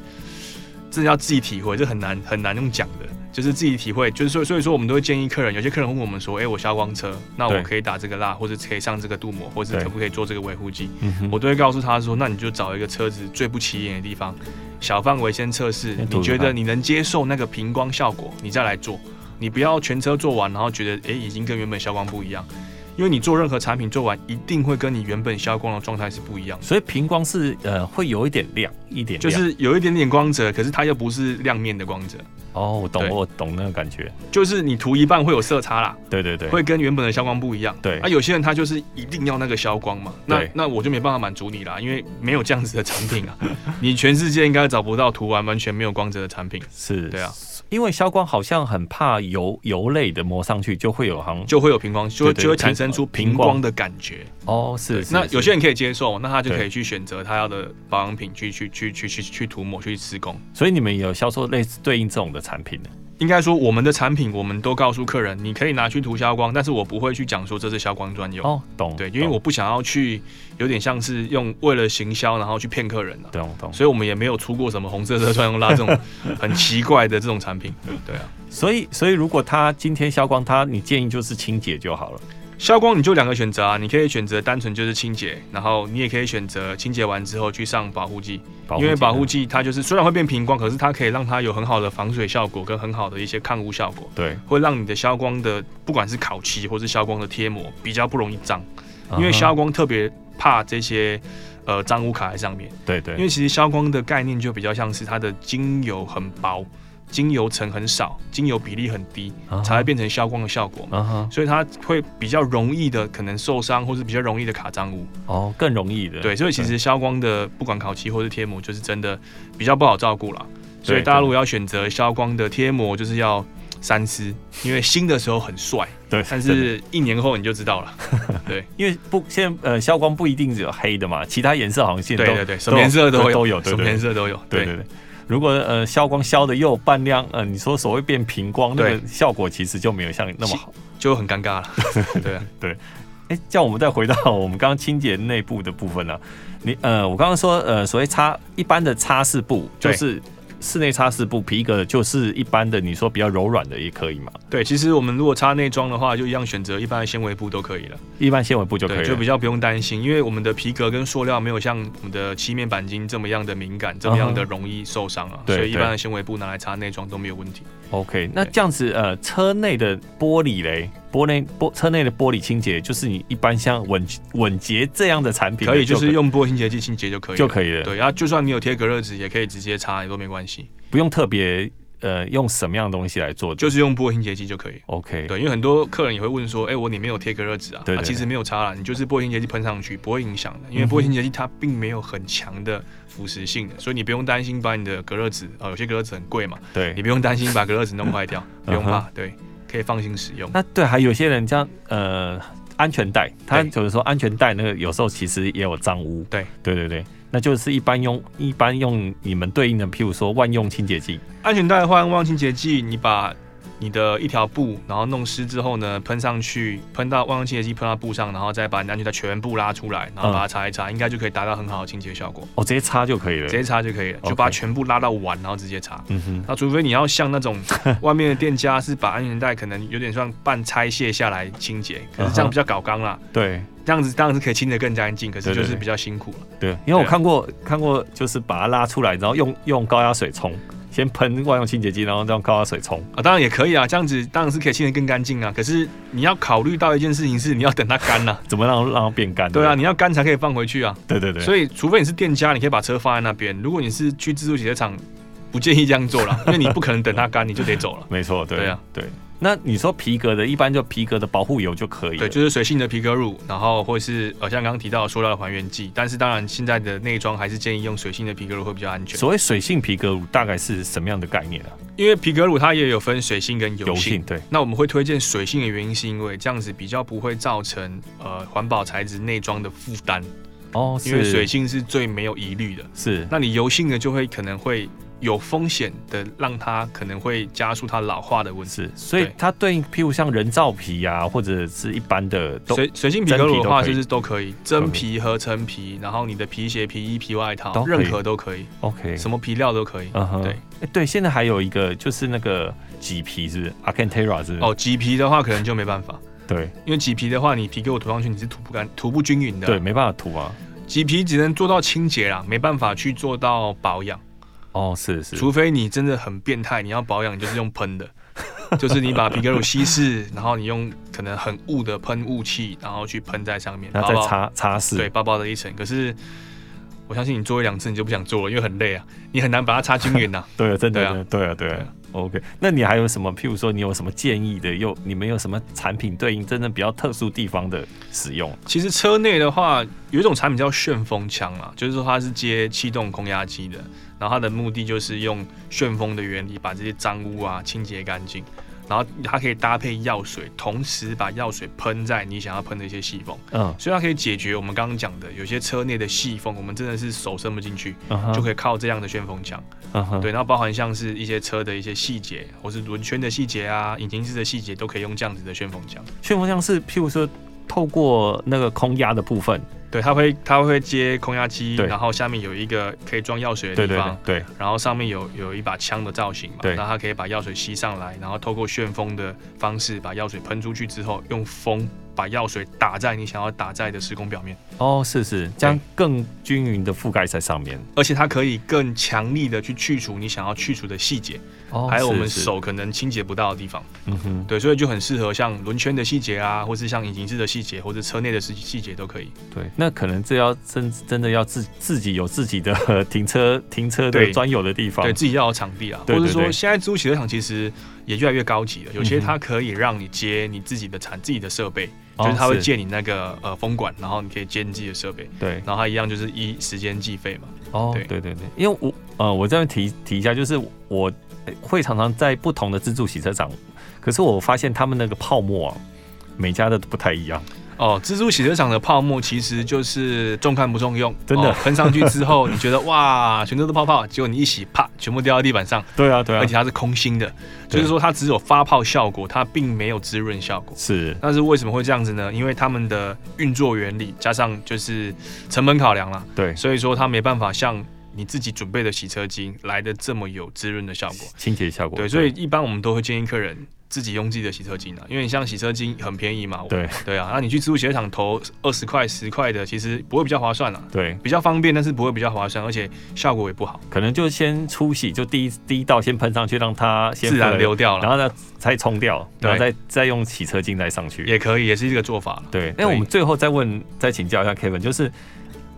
S2: 真的要自己体会，这很难很难用讲的，就是自己体会。就是所以所以说，我们都会建议客人，有些客人会问我们说，哎、我消光车，那我
S1: 对
S2: 可以打这个蜡，或者可以上这个镀膜，或是
S1: 对
S2: 可不可以做这个维护剂？
S1: 嗯哼
S2: 我都会告诉他说，那你就找一个车子最不起眼的地方，小范围先测试
S1: 先，涂
S2: 你觉
S1: 涂
S2: 得
S1: 看
S2: 你能接受那个平光效果，你再来做。你不要全车做完，然后觉得哎、诶已经跟原本消光不一样，因为你做任何产品做完，一定会跟你原本消光的状态是不一样的。
S1: 所以平光是呃会有一点亮，一点
S2: 就
S1: 亮
S2: 是有一点点光泽，可是它又不是亮面的光泽，
S1: 哦，我懂，
S2: 对
S1: 我懂那个感觉，
S2: 就是你涂一半会有色差啦，
S1: 对对对，
S2: 会跟原本的消光不一样。
S1: 对
S2: 啊，有些人他就是一定要那个消光嘛，那
S1: 对
S2: 那我就没办法满足你啦，因为没有这样子的产品啊， <laughs> 你全世界应该找不到涂完完全没有光泽的产品，
S1: 是，
S2: 对啊，
S1: 因为消光好像很怕油油类的抹上去就会有行
S2: 就会有平光，就会
S1: 对对
S2: 就会
S1: 平
S2: 产生出平
S1: 平光
S2: 光的感觉。
S1: 哦，是，是
S2: 那有些
S1: 是
S2: 人可以接受，那他就
S1: 对
S2: 可以去选择他要的保养品去去去去去去涂抹去施工。
S1: 所以你们也有销售类似对应这种的产品呢，
S2: 应该说，我们的产品我们都告诉客人，你可以拿去涂消光，但是我不会去讲说这是消光专用。
S1: 哦，懂，
S2: 对，因为我不想要去，有点像是用为了行销然后去骗客人啊，
S1: 懂懂懂，
S2: 所以我们也没有出过什么红色车专用蜡这种很奇怪的这种产品。 <laughs> 对啊，
S1: 所以所以如果它今天消光，它你建议就是清洁就好了，
S2: 消光你就两个选择啊，你可以选择单纯就是清洁，然后你也可以选择清洁完之后去上保护剂，因为保护剂它就是虽然会变平光，可是它可以让它有很好的防水效果跟很好的一些抗污效果。
S1: 对，
S2: 会让你的消光的，不管是烤漆或是消光的贴膜，比较不容易脏，因为
S1: 嗯哼
S2: 消光特别怕这些呃脏污卡在上面。
S1: 对对，
S2: 因为其实消光的概念就比较像是它的精油很薄，精油层很少，精油比例很低，
S1: 啊
S2: 才会变成消光的效果嘛。
S1: 啊哈
S2: 所以它会比较容易的可能受伤，或是比较容易的卡脏污。
S1: 哦，更容易的，
S2: 对，所以其实消光的不管烤漆或是贴膜，就是真的比较不好照顾啦。所以
S1: 对
S2: 大家
S1: 对
S2: 如果要选择消光的贴膜，就是要三思，因为新的时候很帅，
S1: 对，
S2: 但
S1: 真的
S2: 是一年后你就知道了。
S1: <laughs> 因为不现在呃消光不一定只有黑的嘛，其他颜色好像现在
S2: 对
S1: 都
S2: 对对，什么颜色都
S1: 都
S2: 有，
S1: 都有，对
S2: 什么
S1: 对
S2: 颜色都有。
S1: 对对对。如果呃消光消的又半亮，呃你说所谓变平光，那
S2: 对
S1: 个效果其实就没有像那么好。
S2: 就很尴
S1: <laughs>
S2: 尬了。对啊，
S1: 哎，这样我们再回到 <laughs> 我们刚刚清洁内部的部分啊，你呃我刚刚说呃所谓擦一般的擦拭布
S2: 对
S1: 就是。室内擦拭布皮革的就是一般的，你说比较柔软的也可以嘛，
S2: 对，其实我们如果擦内装的话，就一样选择一般的纤维布都可以了。
S1: 一般纤维布就可以
S2: 对，
S1: 了。
S2: 就比较不用担心，因为我们的皮革跟塑料没有像我们的漆面钣金这么样的敏感，这么样的容易受伤啊。
S1: 对
S2: 所以一
S1: 对
S2: 般的纤维布拿来擦内装都没有问题。
S1: OK，那这样子呃，车内的玻璃嘞，玻内玻车内的玻璃清洁，就是你一般像稳稳洁这样的产品的
S2: 可以就是
S1: 以
S2: 用波清洁剂清洁就可以了
S1: 就可以了，
S2: 对，然后就算你有贴隔热纸，也可以直接擦，也都没关系，
S1: 不用特别呃用什么样的东西来做，就
S2: 就是用波清洁剂就可以。
S1: OK。
S2: 对，因为很多客人也会问说，哎、我里面有贴隔热纸啊，
S1: 对
S2: 啊
S1: 对嗯
S2: 其实没有擦啦，你就是玻璃清洁剂喷上去不会影响的，因为玻璃清洁剂它并没有很强的腐蚀性的，所以你不用担心把你的隔热纸啊、有些隔热纸很贵嘛，
S1: 对
S2: 你不用担心把隔热纸弄坏掉，不用
S1: 嗯
S2: 怕，对，可以放心使用。
S1: 那对，还有些人像呃安全带，他
S2: 对
S1: 就是说安全带那个有时候其实也有脏污。
S2: 对
S1: 对对对，那就是一般用一般用你们对应的，譬如说万用清洁剂，
S2: 安全带换万清洁剂，你把你的一条布，然后弄湿之后呢，喷上去，喷到万用清洁剂喷到布上，然后再把你的安全带全部拉出来，然
S1: 嗯
S2: 后把它擦一擦，应该就可以达到很好的清洁效果。
S1: 哦，直接擦就可以
S2: 直
S1: 了。
S2: 接擦就可以了，
S1: OK
S2: 就把它全部拉到完，然后直接擦。
S1: 嗯哼，
S2: 那除非你要
S1: <laughs>
S2: 像那种外面的店家是把安全带可能有点像半拆卸下来清洁，可
S1: 嗯
S2: 是这
S1: 哼
S2: 样比较搞刚啦。
S1: 对
S2: 这样子当然是可以清得更干净，可是
S1: 对对
S2: 就是
S1: 对
S2: 比较辛苦了。
S1: 对，因为我
S2: 对啊
S1: 看过看过，就是把它拉出来，然后用用高压水冲，先喷万用清洁剂，然后再用高压水冲。
S2: 啊，当然也可以啊，这样子当然是可以清得更干净啊。可是你要考虑到一件事情是，你要等它干了、
S1: 怎么让让它变干？
S2: 对啊，，你要干才可以放回去啊。
S1: 对对对，
S2: 所以，除非你是店家，你可以把车放在那边；如果你是去自助洗车场，不建议这样做啦，因为你不可能等它干，你就得走了。
S1: 没错，对
S2: 对啊，
S1: 对。那你说皮革的，一般就皮革的保护油就可以了。
S2: 对，就是水性的皮革乳，然后或是呃，像刚刚提到的塑料的还原剂，但是当然现在的内装还是建议用水性的皮革乳会比较安全，
S1: 所谓水性皮革大概是什么样的概念啊？
S2: 因为皮革乳它也有分水性跟油
S1: 油
S2: 性
S1: 性，。对，
S2: 那我们会推荐水性的原因是因为这样子比较不会造成呃环保材质内装的负担，
S1: 哦，
S2: 因为
S1: 是
S2: 水性是最没有疑虑的。
S1: 是
S2: 那你油性呢，就会可能会有风险的，让它可能会加速它老化的问题。
S1: 是，所以
S2: 对
S1: 它对应譬如像人造皮啊，或者是一般的都
S2: 水水性皮革
S1: 真皮
S2: 乳
S1: 都
S2: 的话，
S1: 可以
S2: 就是都可以，真皮、合成皮，然后你的皮鞋、皮衣、皮外
S1: 都
S2: 套，
S1: 可以
S2: 任何都可以，
S1: OK。
S2: 什么皮料都可以。
S1: 嗯哼，
S2: 对
S1: 诶对，现在还有一个就是那个麂皮，是不是 a r c a n t e r a 是不是？
S2: 哦，麂皮的话可能就没办法，
S1: 对
S2: 因为麂皮的话，你皮给我涂上去，你是涂不干、涂不均匀的。
S1: 对，，没办法涂啊。
S2: 麂皮只能做到清洁啦，没办法去做到保养，
S1: 哦，是是，
S2: 除非你真的很变态，你要保养你就是用喷的。 <laughs> 就是你把皮革乳稀释，然后你用可能很雾的喷雾器，然后去喷在上面，
S1: 然后
S2: 包
S1: 再
S2: 包
S1: 擦擦拭。
S2: 对，薄薄的一层。可是我相信你做一两次你就不想做了，因为很累啊，你很难把它擦均匀呐、
S1: 对，真
S2: 对
S1: 的，
S2: 啊
S1: 真的对啊，对
S2: 对
S1: 啊
S2: 啊。
S1: OK，那你还有什么？譬如说，你有什么建议的？又你们有什么产品对应真正比较特殊地方的使用？
S2: 其实车内的话，有一种产品叫旋风枪啦，就是说它是接气动空压机的，然后它的目的就是用旋风的原理把这些脏污啊清洁干净，然后它可以搭配药水，同时把药水喷在你想要喷的一些细缝，
S1: 嗯，
S2: 所以它可以解决我们刚刚讲的有些车内的细缝，我们真的是手伸不进去，就
S1: 就
S2: 可以靠这样的旋风枪。
S1: 以，
S2: 对，然后包含像是一些车的一些细节，或是轮圈的细节啊、引擎室的细节，都可以用这样子的旋风枪。
S1: 旋风枪是譬如说透过那个空压的部分，
S2: 对，它会它会接空压机，
S1: 对
S2: 然后下面有一个可以装药水的
S1: 对
S2: 地
S1: 对
S2: 方，
S1: 对，
S2: 然后上面有有一把枪的造型嘛，
S1: 对
S2: 然后它可以把药水吸上来，然后透过旋风的方式把药水喷出去之后，用风把药水打在你想要打在的施工表面，
S1: 哦，是是，将更均匀的覆盖在上面。
S2: 而且它可以更强力的去去除你想要去除的细节，
S1: 哦，
S2: 还有我
S1: 是
S2: 们，
S1: 是
S2: 手可能清洁不到的地方。
S1: 嗯哼，
S2: 对，所以就很适合像轮圈的细节啊，或是像引擎室的细节，或者车内的细细节都可以。
S1: 对，那可能这要真真的要自自己有自己的 <laughs> 呵停车停车的
S2: 对
S1: 专有的地方
S2: 对。自己要有场地啊，
S1: 对对
S2: 或者
S1: 对
S2: 说现在租洗车场其实也越来越高级了，有些
S1: 嗯哼
S2: 它可以让你接你自己的产自己的设备，
S1: 哦
S2: 就是它会
S1: 是
S2: 借你那个呃风管，然后你可以接你自己的设备，
S1: 对，
S2: 然后它一样就是依时间计费嘛。
S1: 哦，
S2: 对
S1: 对对对，因为我呃，我这边提提一下，就是我呃会常常在不同的自助洗车场，可是我发现他们那个泡沫啊，每家的都不太一样。
S2: 哦，蜘蛛洗车场的泡沫其实就是重看不重用，
S1: 真的
S2: 哦喷、上去之后，你觉得哇， <laughs> 全都是泡泡，结果你一洗，啪，全部掉到地板上，
S1: 对啊，对
S2: 而且它是空心的，
S1: 对
S2: 就是说它只有发泡效果，它并没有滋润效果。
S1: 是
S2: 但是为什么会这样子呢？因为他们的运作原理加上就是成本考量啦，
S1: 对
S2: 所以说它没办法像你自己准备的洗车机来的这么有滋润的效果。
S1: 清洁效果。
S2: 对，所以一般我们都会建议客人自己用自己的洗车机呢，因为你像洗车机很便宜嘛。我
S1: 对
S2: 对啊，那你去自助洗车场投二十块、十块的，其实不会比较划算啦，
S1: 对，
S2: 比较方便，但是不会比较划算，而且效果也不好，
S1: 可能就先粗洗，就第一第一道先喷上去，让它先
S2: 自然
S1: 喷
S2: 流掉
S1: 然
S2: 了。
S1: 后呢再冲掉，
S2: 对
S1: 然后再再用洗车精再上去。
S2: 也可以，也是一个做法啦。
S1: 对，
S2: 可以
S1: 那我们最后再问，再请教一下 Kevin，就是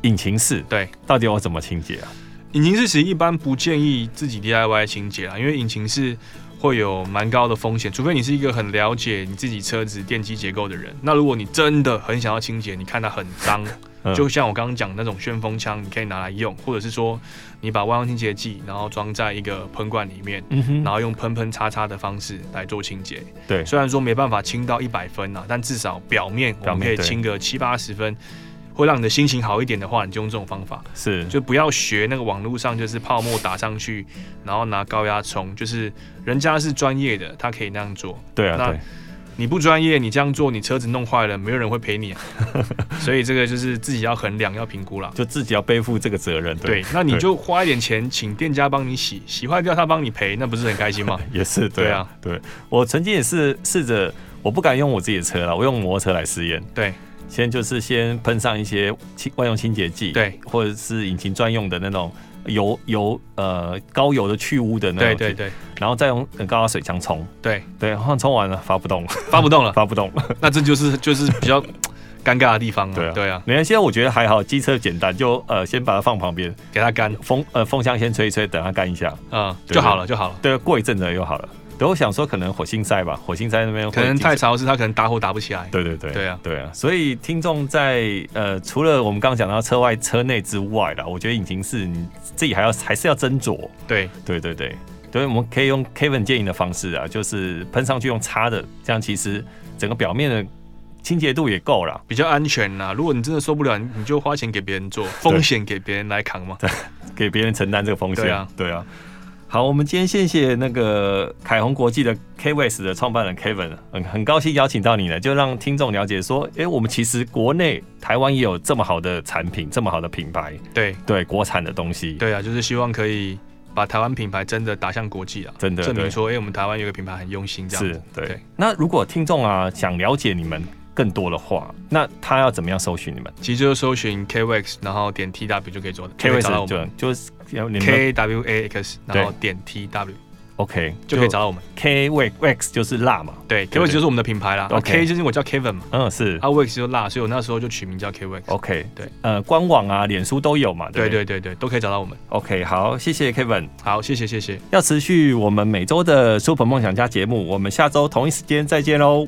S1: 引擎室
S2: 对，
S1: 到底要怎么清洁啊？
S2: 引擎室其实一般不建议自己 DIY 清洁啊啦，因为引擎室会有蛮高的风险，除非你是一个很了解你自己车子电机结构的人。那如果你真的很想要清洁，你看它很脏，
S1: 嗯
S2: 就像我刚刚讲那种旋风枪，你可以拿来用，或者是说你把万用清洁剂，然后装在一个喷罐里面。
S1: 嗯
S2: 然
S1: 哼，
S2: 后用喷喷擦擦的方式来做清洁，
S1: 对
S2: 虽然说没办法清到一百分啊，但至少表面我
S1: 表
S2: 们
S1: 面
S2: 可以
S1: 对
S2: 清个七八十分，会让你的心情好一点的话，你就用这种方法。
S1: 是
S2: 就不要学那个网络上就是泡沫打上去，然后拿高压冲，就是人家是专业的，他可以那样做。
S1: 对啊，
S2: 那
S1: 对，
S2: 你不专业，你这样做，你车子弄坏了，没有人会赔
S1: <laughs>
S2: 你、啊。所以这个就是自己要衡量、要评估啦。
S1: 就自己要背负这个责任，
S2: 对，那你就花一点钱请店家帮你洗，洗坏掉他帮你赔，那不是很
S1: <laughs>
S2: 开心吗？
S1: <laughs> 也是对
S2: 对
S1: 啊
S2: 啊，
S1: 对我曾经也是试着，我不敢用我自己的车了，我用摩托车来试验。
S2: 对，
S1: 先就是先喷上一些清万用清洁剂，
S2: 对，
S1: 或者是引擎专用的那种油油呃高油的去污的那
S2: 对
S1: 种，
S2: 对，对
S1: 然后再用很高压水枪冲，
S2: 对，
S1: 对，然后冲完了发不
S2: <laughs>
S1: 动了，
S2: 发不动了，
S1: 发不动了。
S2: 那这就是就是比较尴尬的地方
S1: 对啊
S2: 了。嗯对啊，
S1: 没关系，现在我觉得还好，机车简单，就呃先把它放旁边，
S2: 给他干
S1: 风呃风箱先吹一吹，等它干一下，
S2: 啊，
S1: 对
S2: 就好了就好了。
S1: 对，过一阵子又好了。对，我想说可能火星塞吧，火星塞那边会
S2: 可能
S1: 进
S2: 太潮湿，他可能打火打不起来。
S1: 对对对，
S2: 对啊
S1: 对啊，所以听众在呃，除了我们刚刚讲到车外、车内之外啦，我觉得引擎室你自己还要还是要斟酌。
S2: 对，
S1: 对对对，对，我们可以用 Kevin 建议的方式啊，就是喷上去用擦的，这样其实整个表面的清洁度也够了。
S2: 比较安全啦。如果你真的受不了，你你就花钱给别人做，风险给别人来扛嘛。
S1: 给别人承担这个风险。
S2: 对啊，
S1: 对啊。好，我们今天谢谢那个凯宏国际的 KWS 的创办人 Kevin，很很高兴邀请到你呢，就让听众了解说，诶，我们其实国内台湾也有这么好的产品，这么好的品牌，
S2: 对
S1: 对国产的东西，
S2: 对啊，就是希望可以把台湾品牌真的打向国际啊，
S1: 真的
S2: 证
S1: 对
S2: 明说，哎、我们台湾有个品牌很用心这样
S1: 是
S2: 子。，
S1: 对。
S2: 对
S1: 那如果听众啊想了解你们更多的话，那他要怎么样搜寻你们
S2: 其实就是搜寻 KWX，然后点 TW 就可以做的就可以找到
S1: ？KWS
S2: 我们
S1: 就就是你们
S2: KWAX，然后点 TW
S1: OK
S2: 就可以找到我们。
S1: KWX 就是辣嘛，
S2: 对
S1: 对
S2: ，KWX 就是我们的品牌啦。啊
S1: OK
S2: K 就是我叫 Kevin 嘛，
S1: 嗯是
S2: 啊 Wax 就辣，所以我那时候就取名叫 KWX。
S1: OK
S2: 对
S1: 呃官网啊脸书都有嘛，对
S2: 对
S1: 不对
S2: 对对对，都可以找到我们。
S1: OK 好，谢谢 Kevin。
S2: 好，谢谢谢谢。
S1: 要持续我们每周的 Super 梦想家节目，我们下周同一时间再见喽，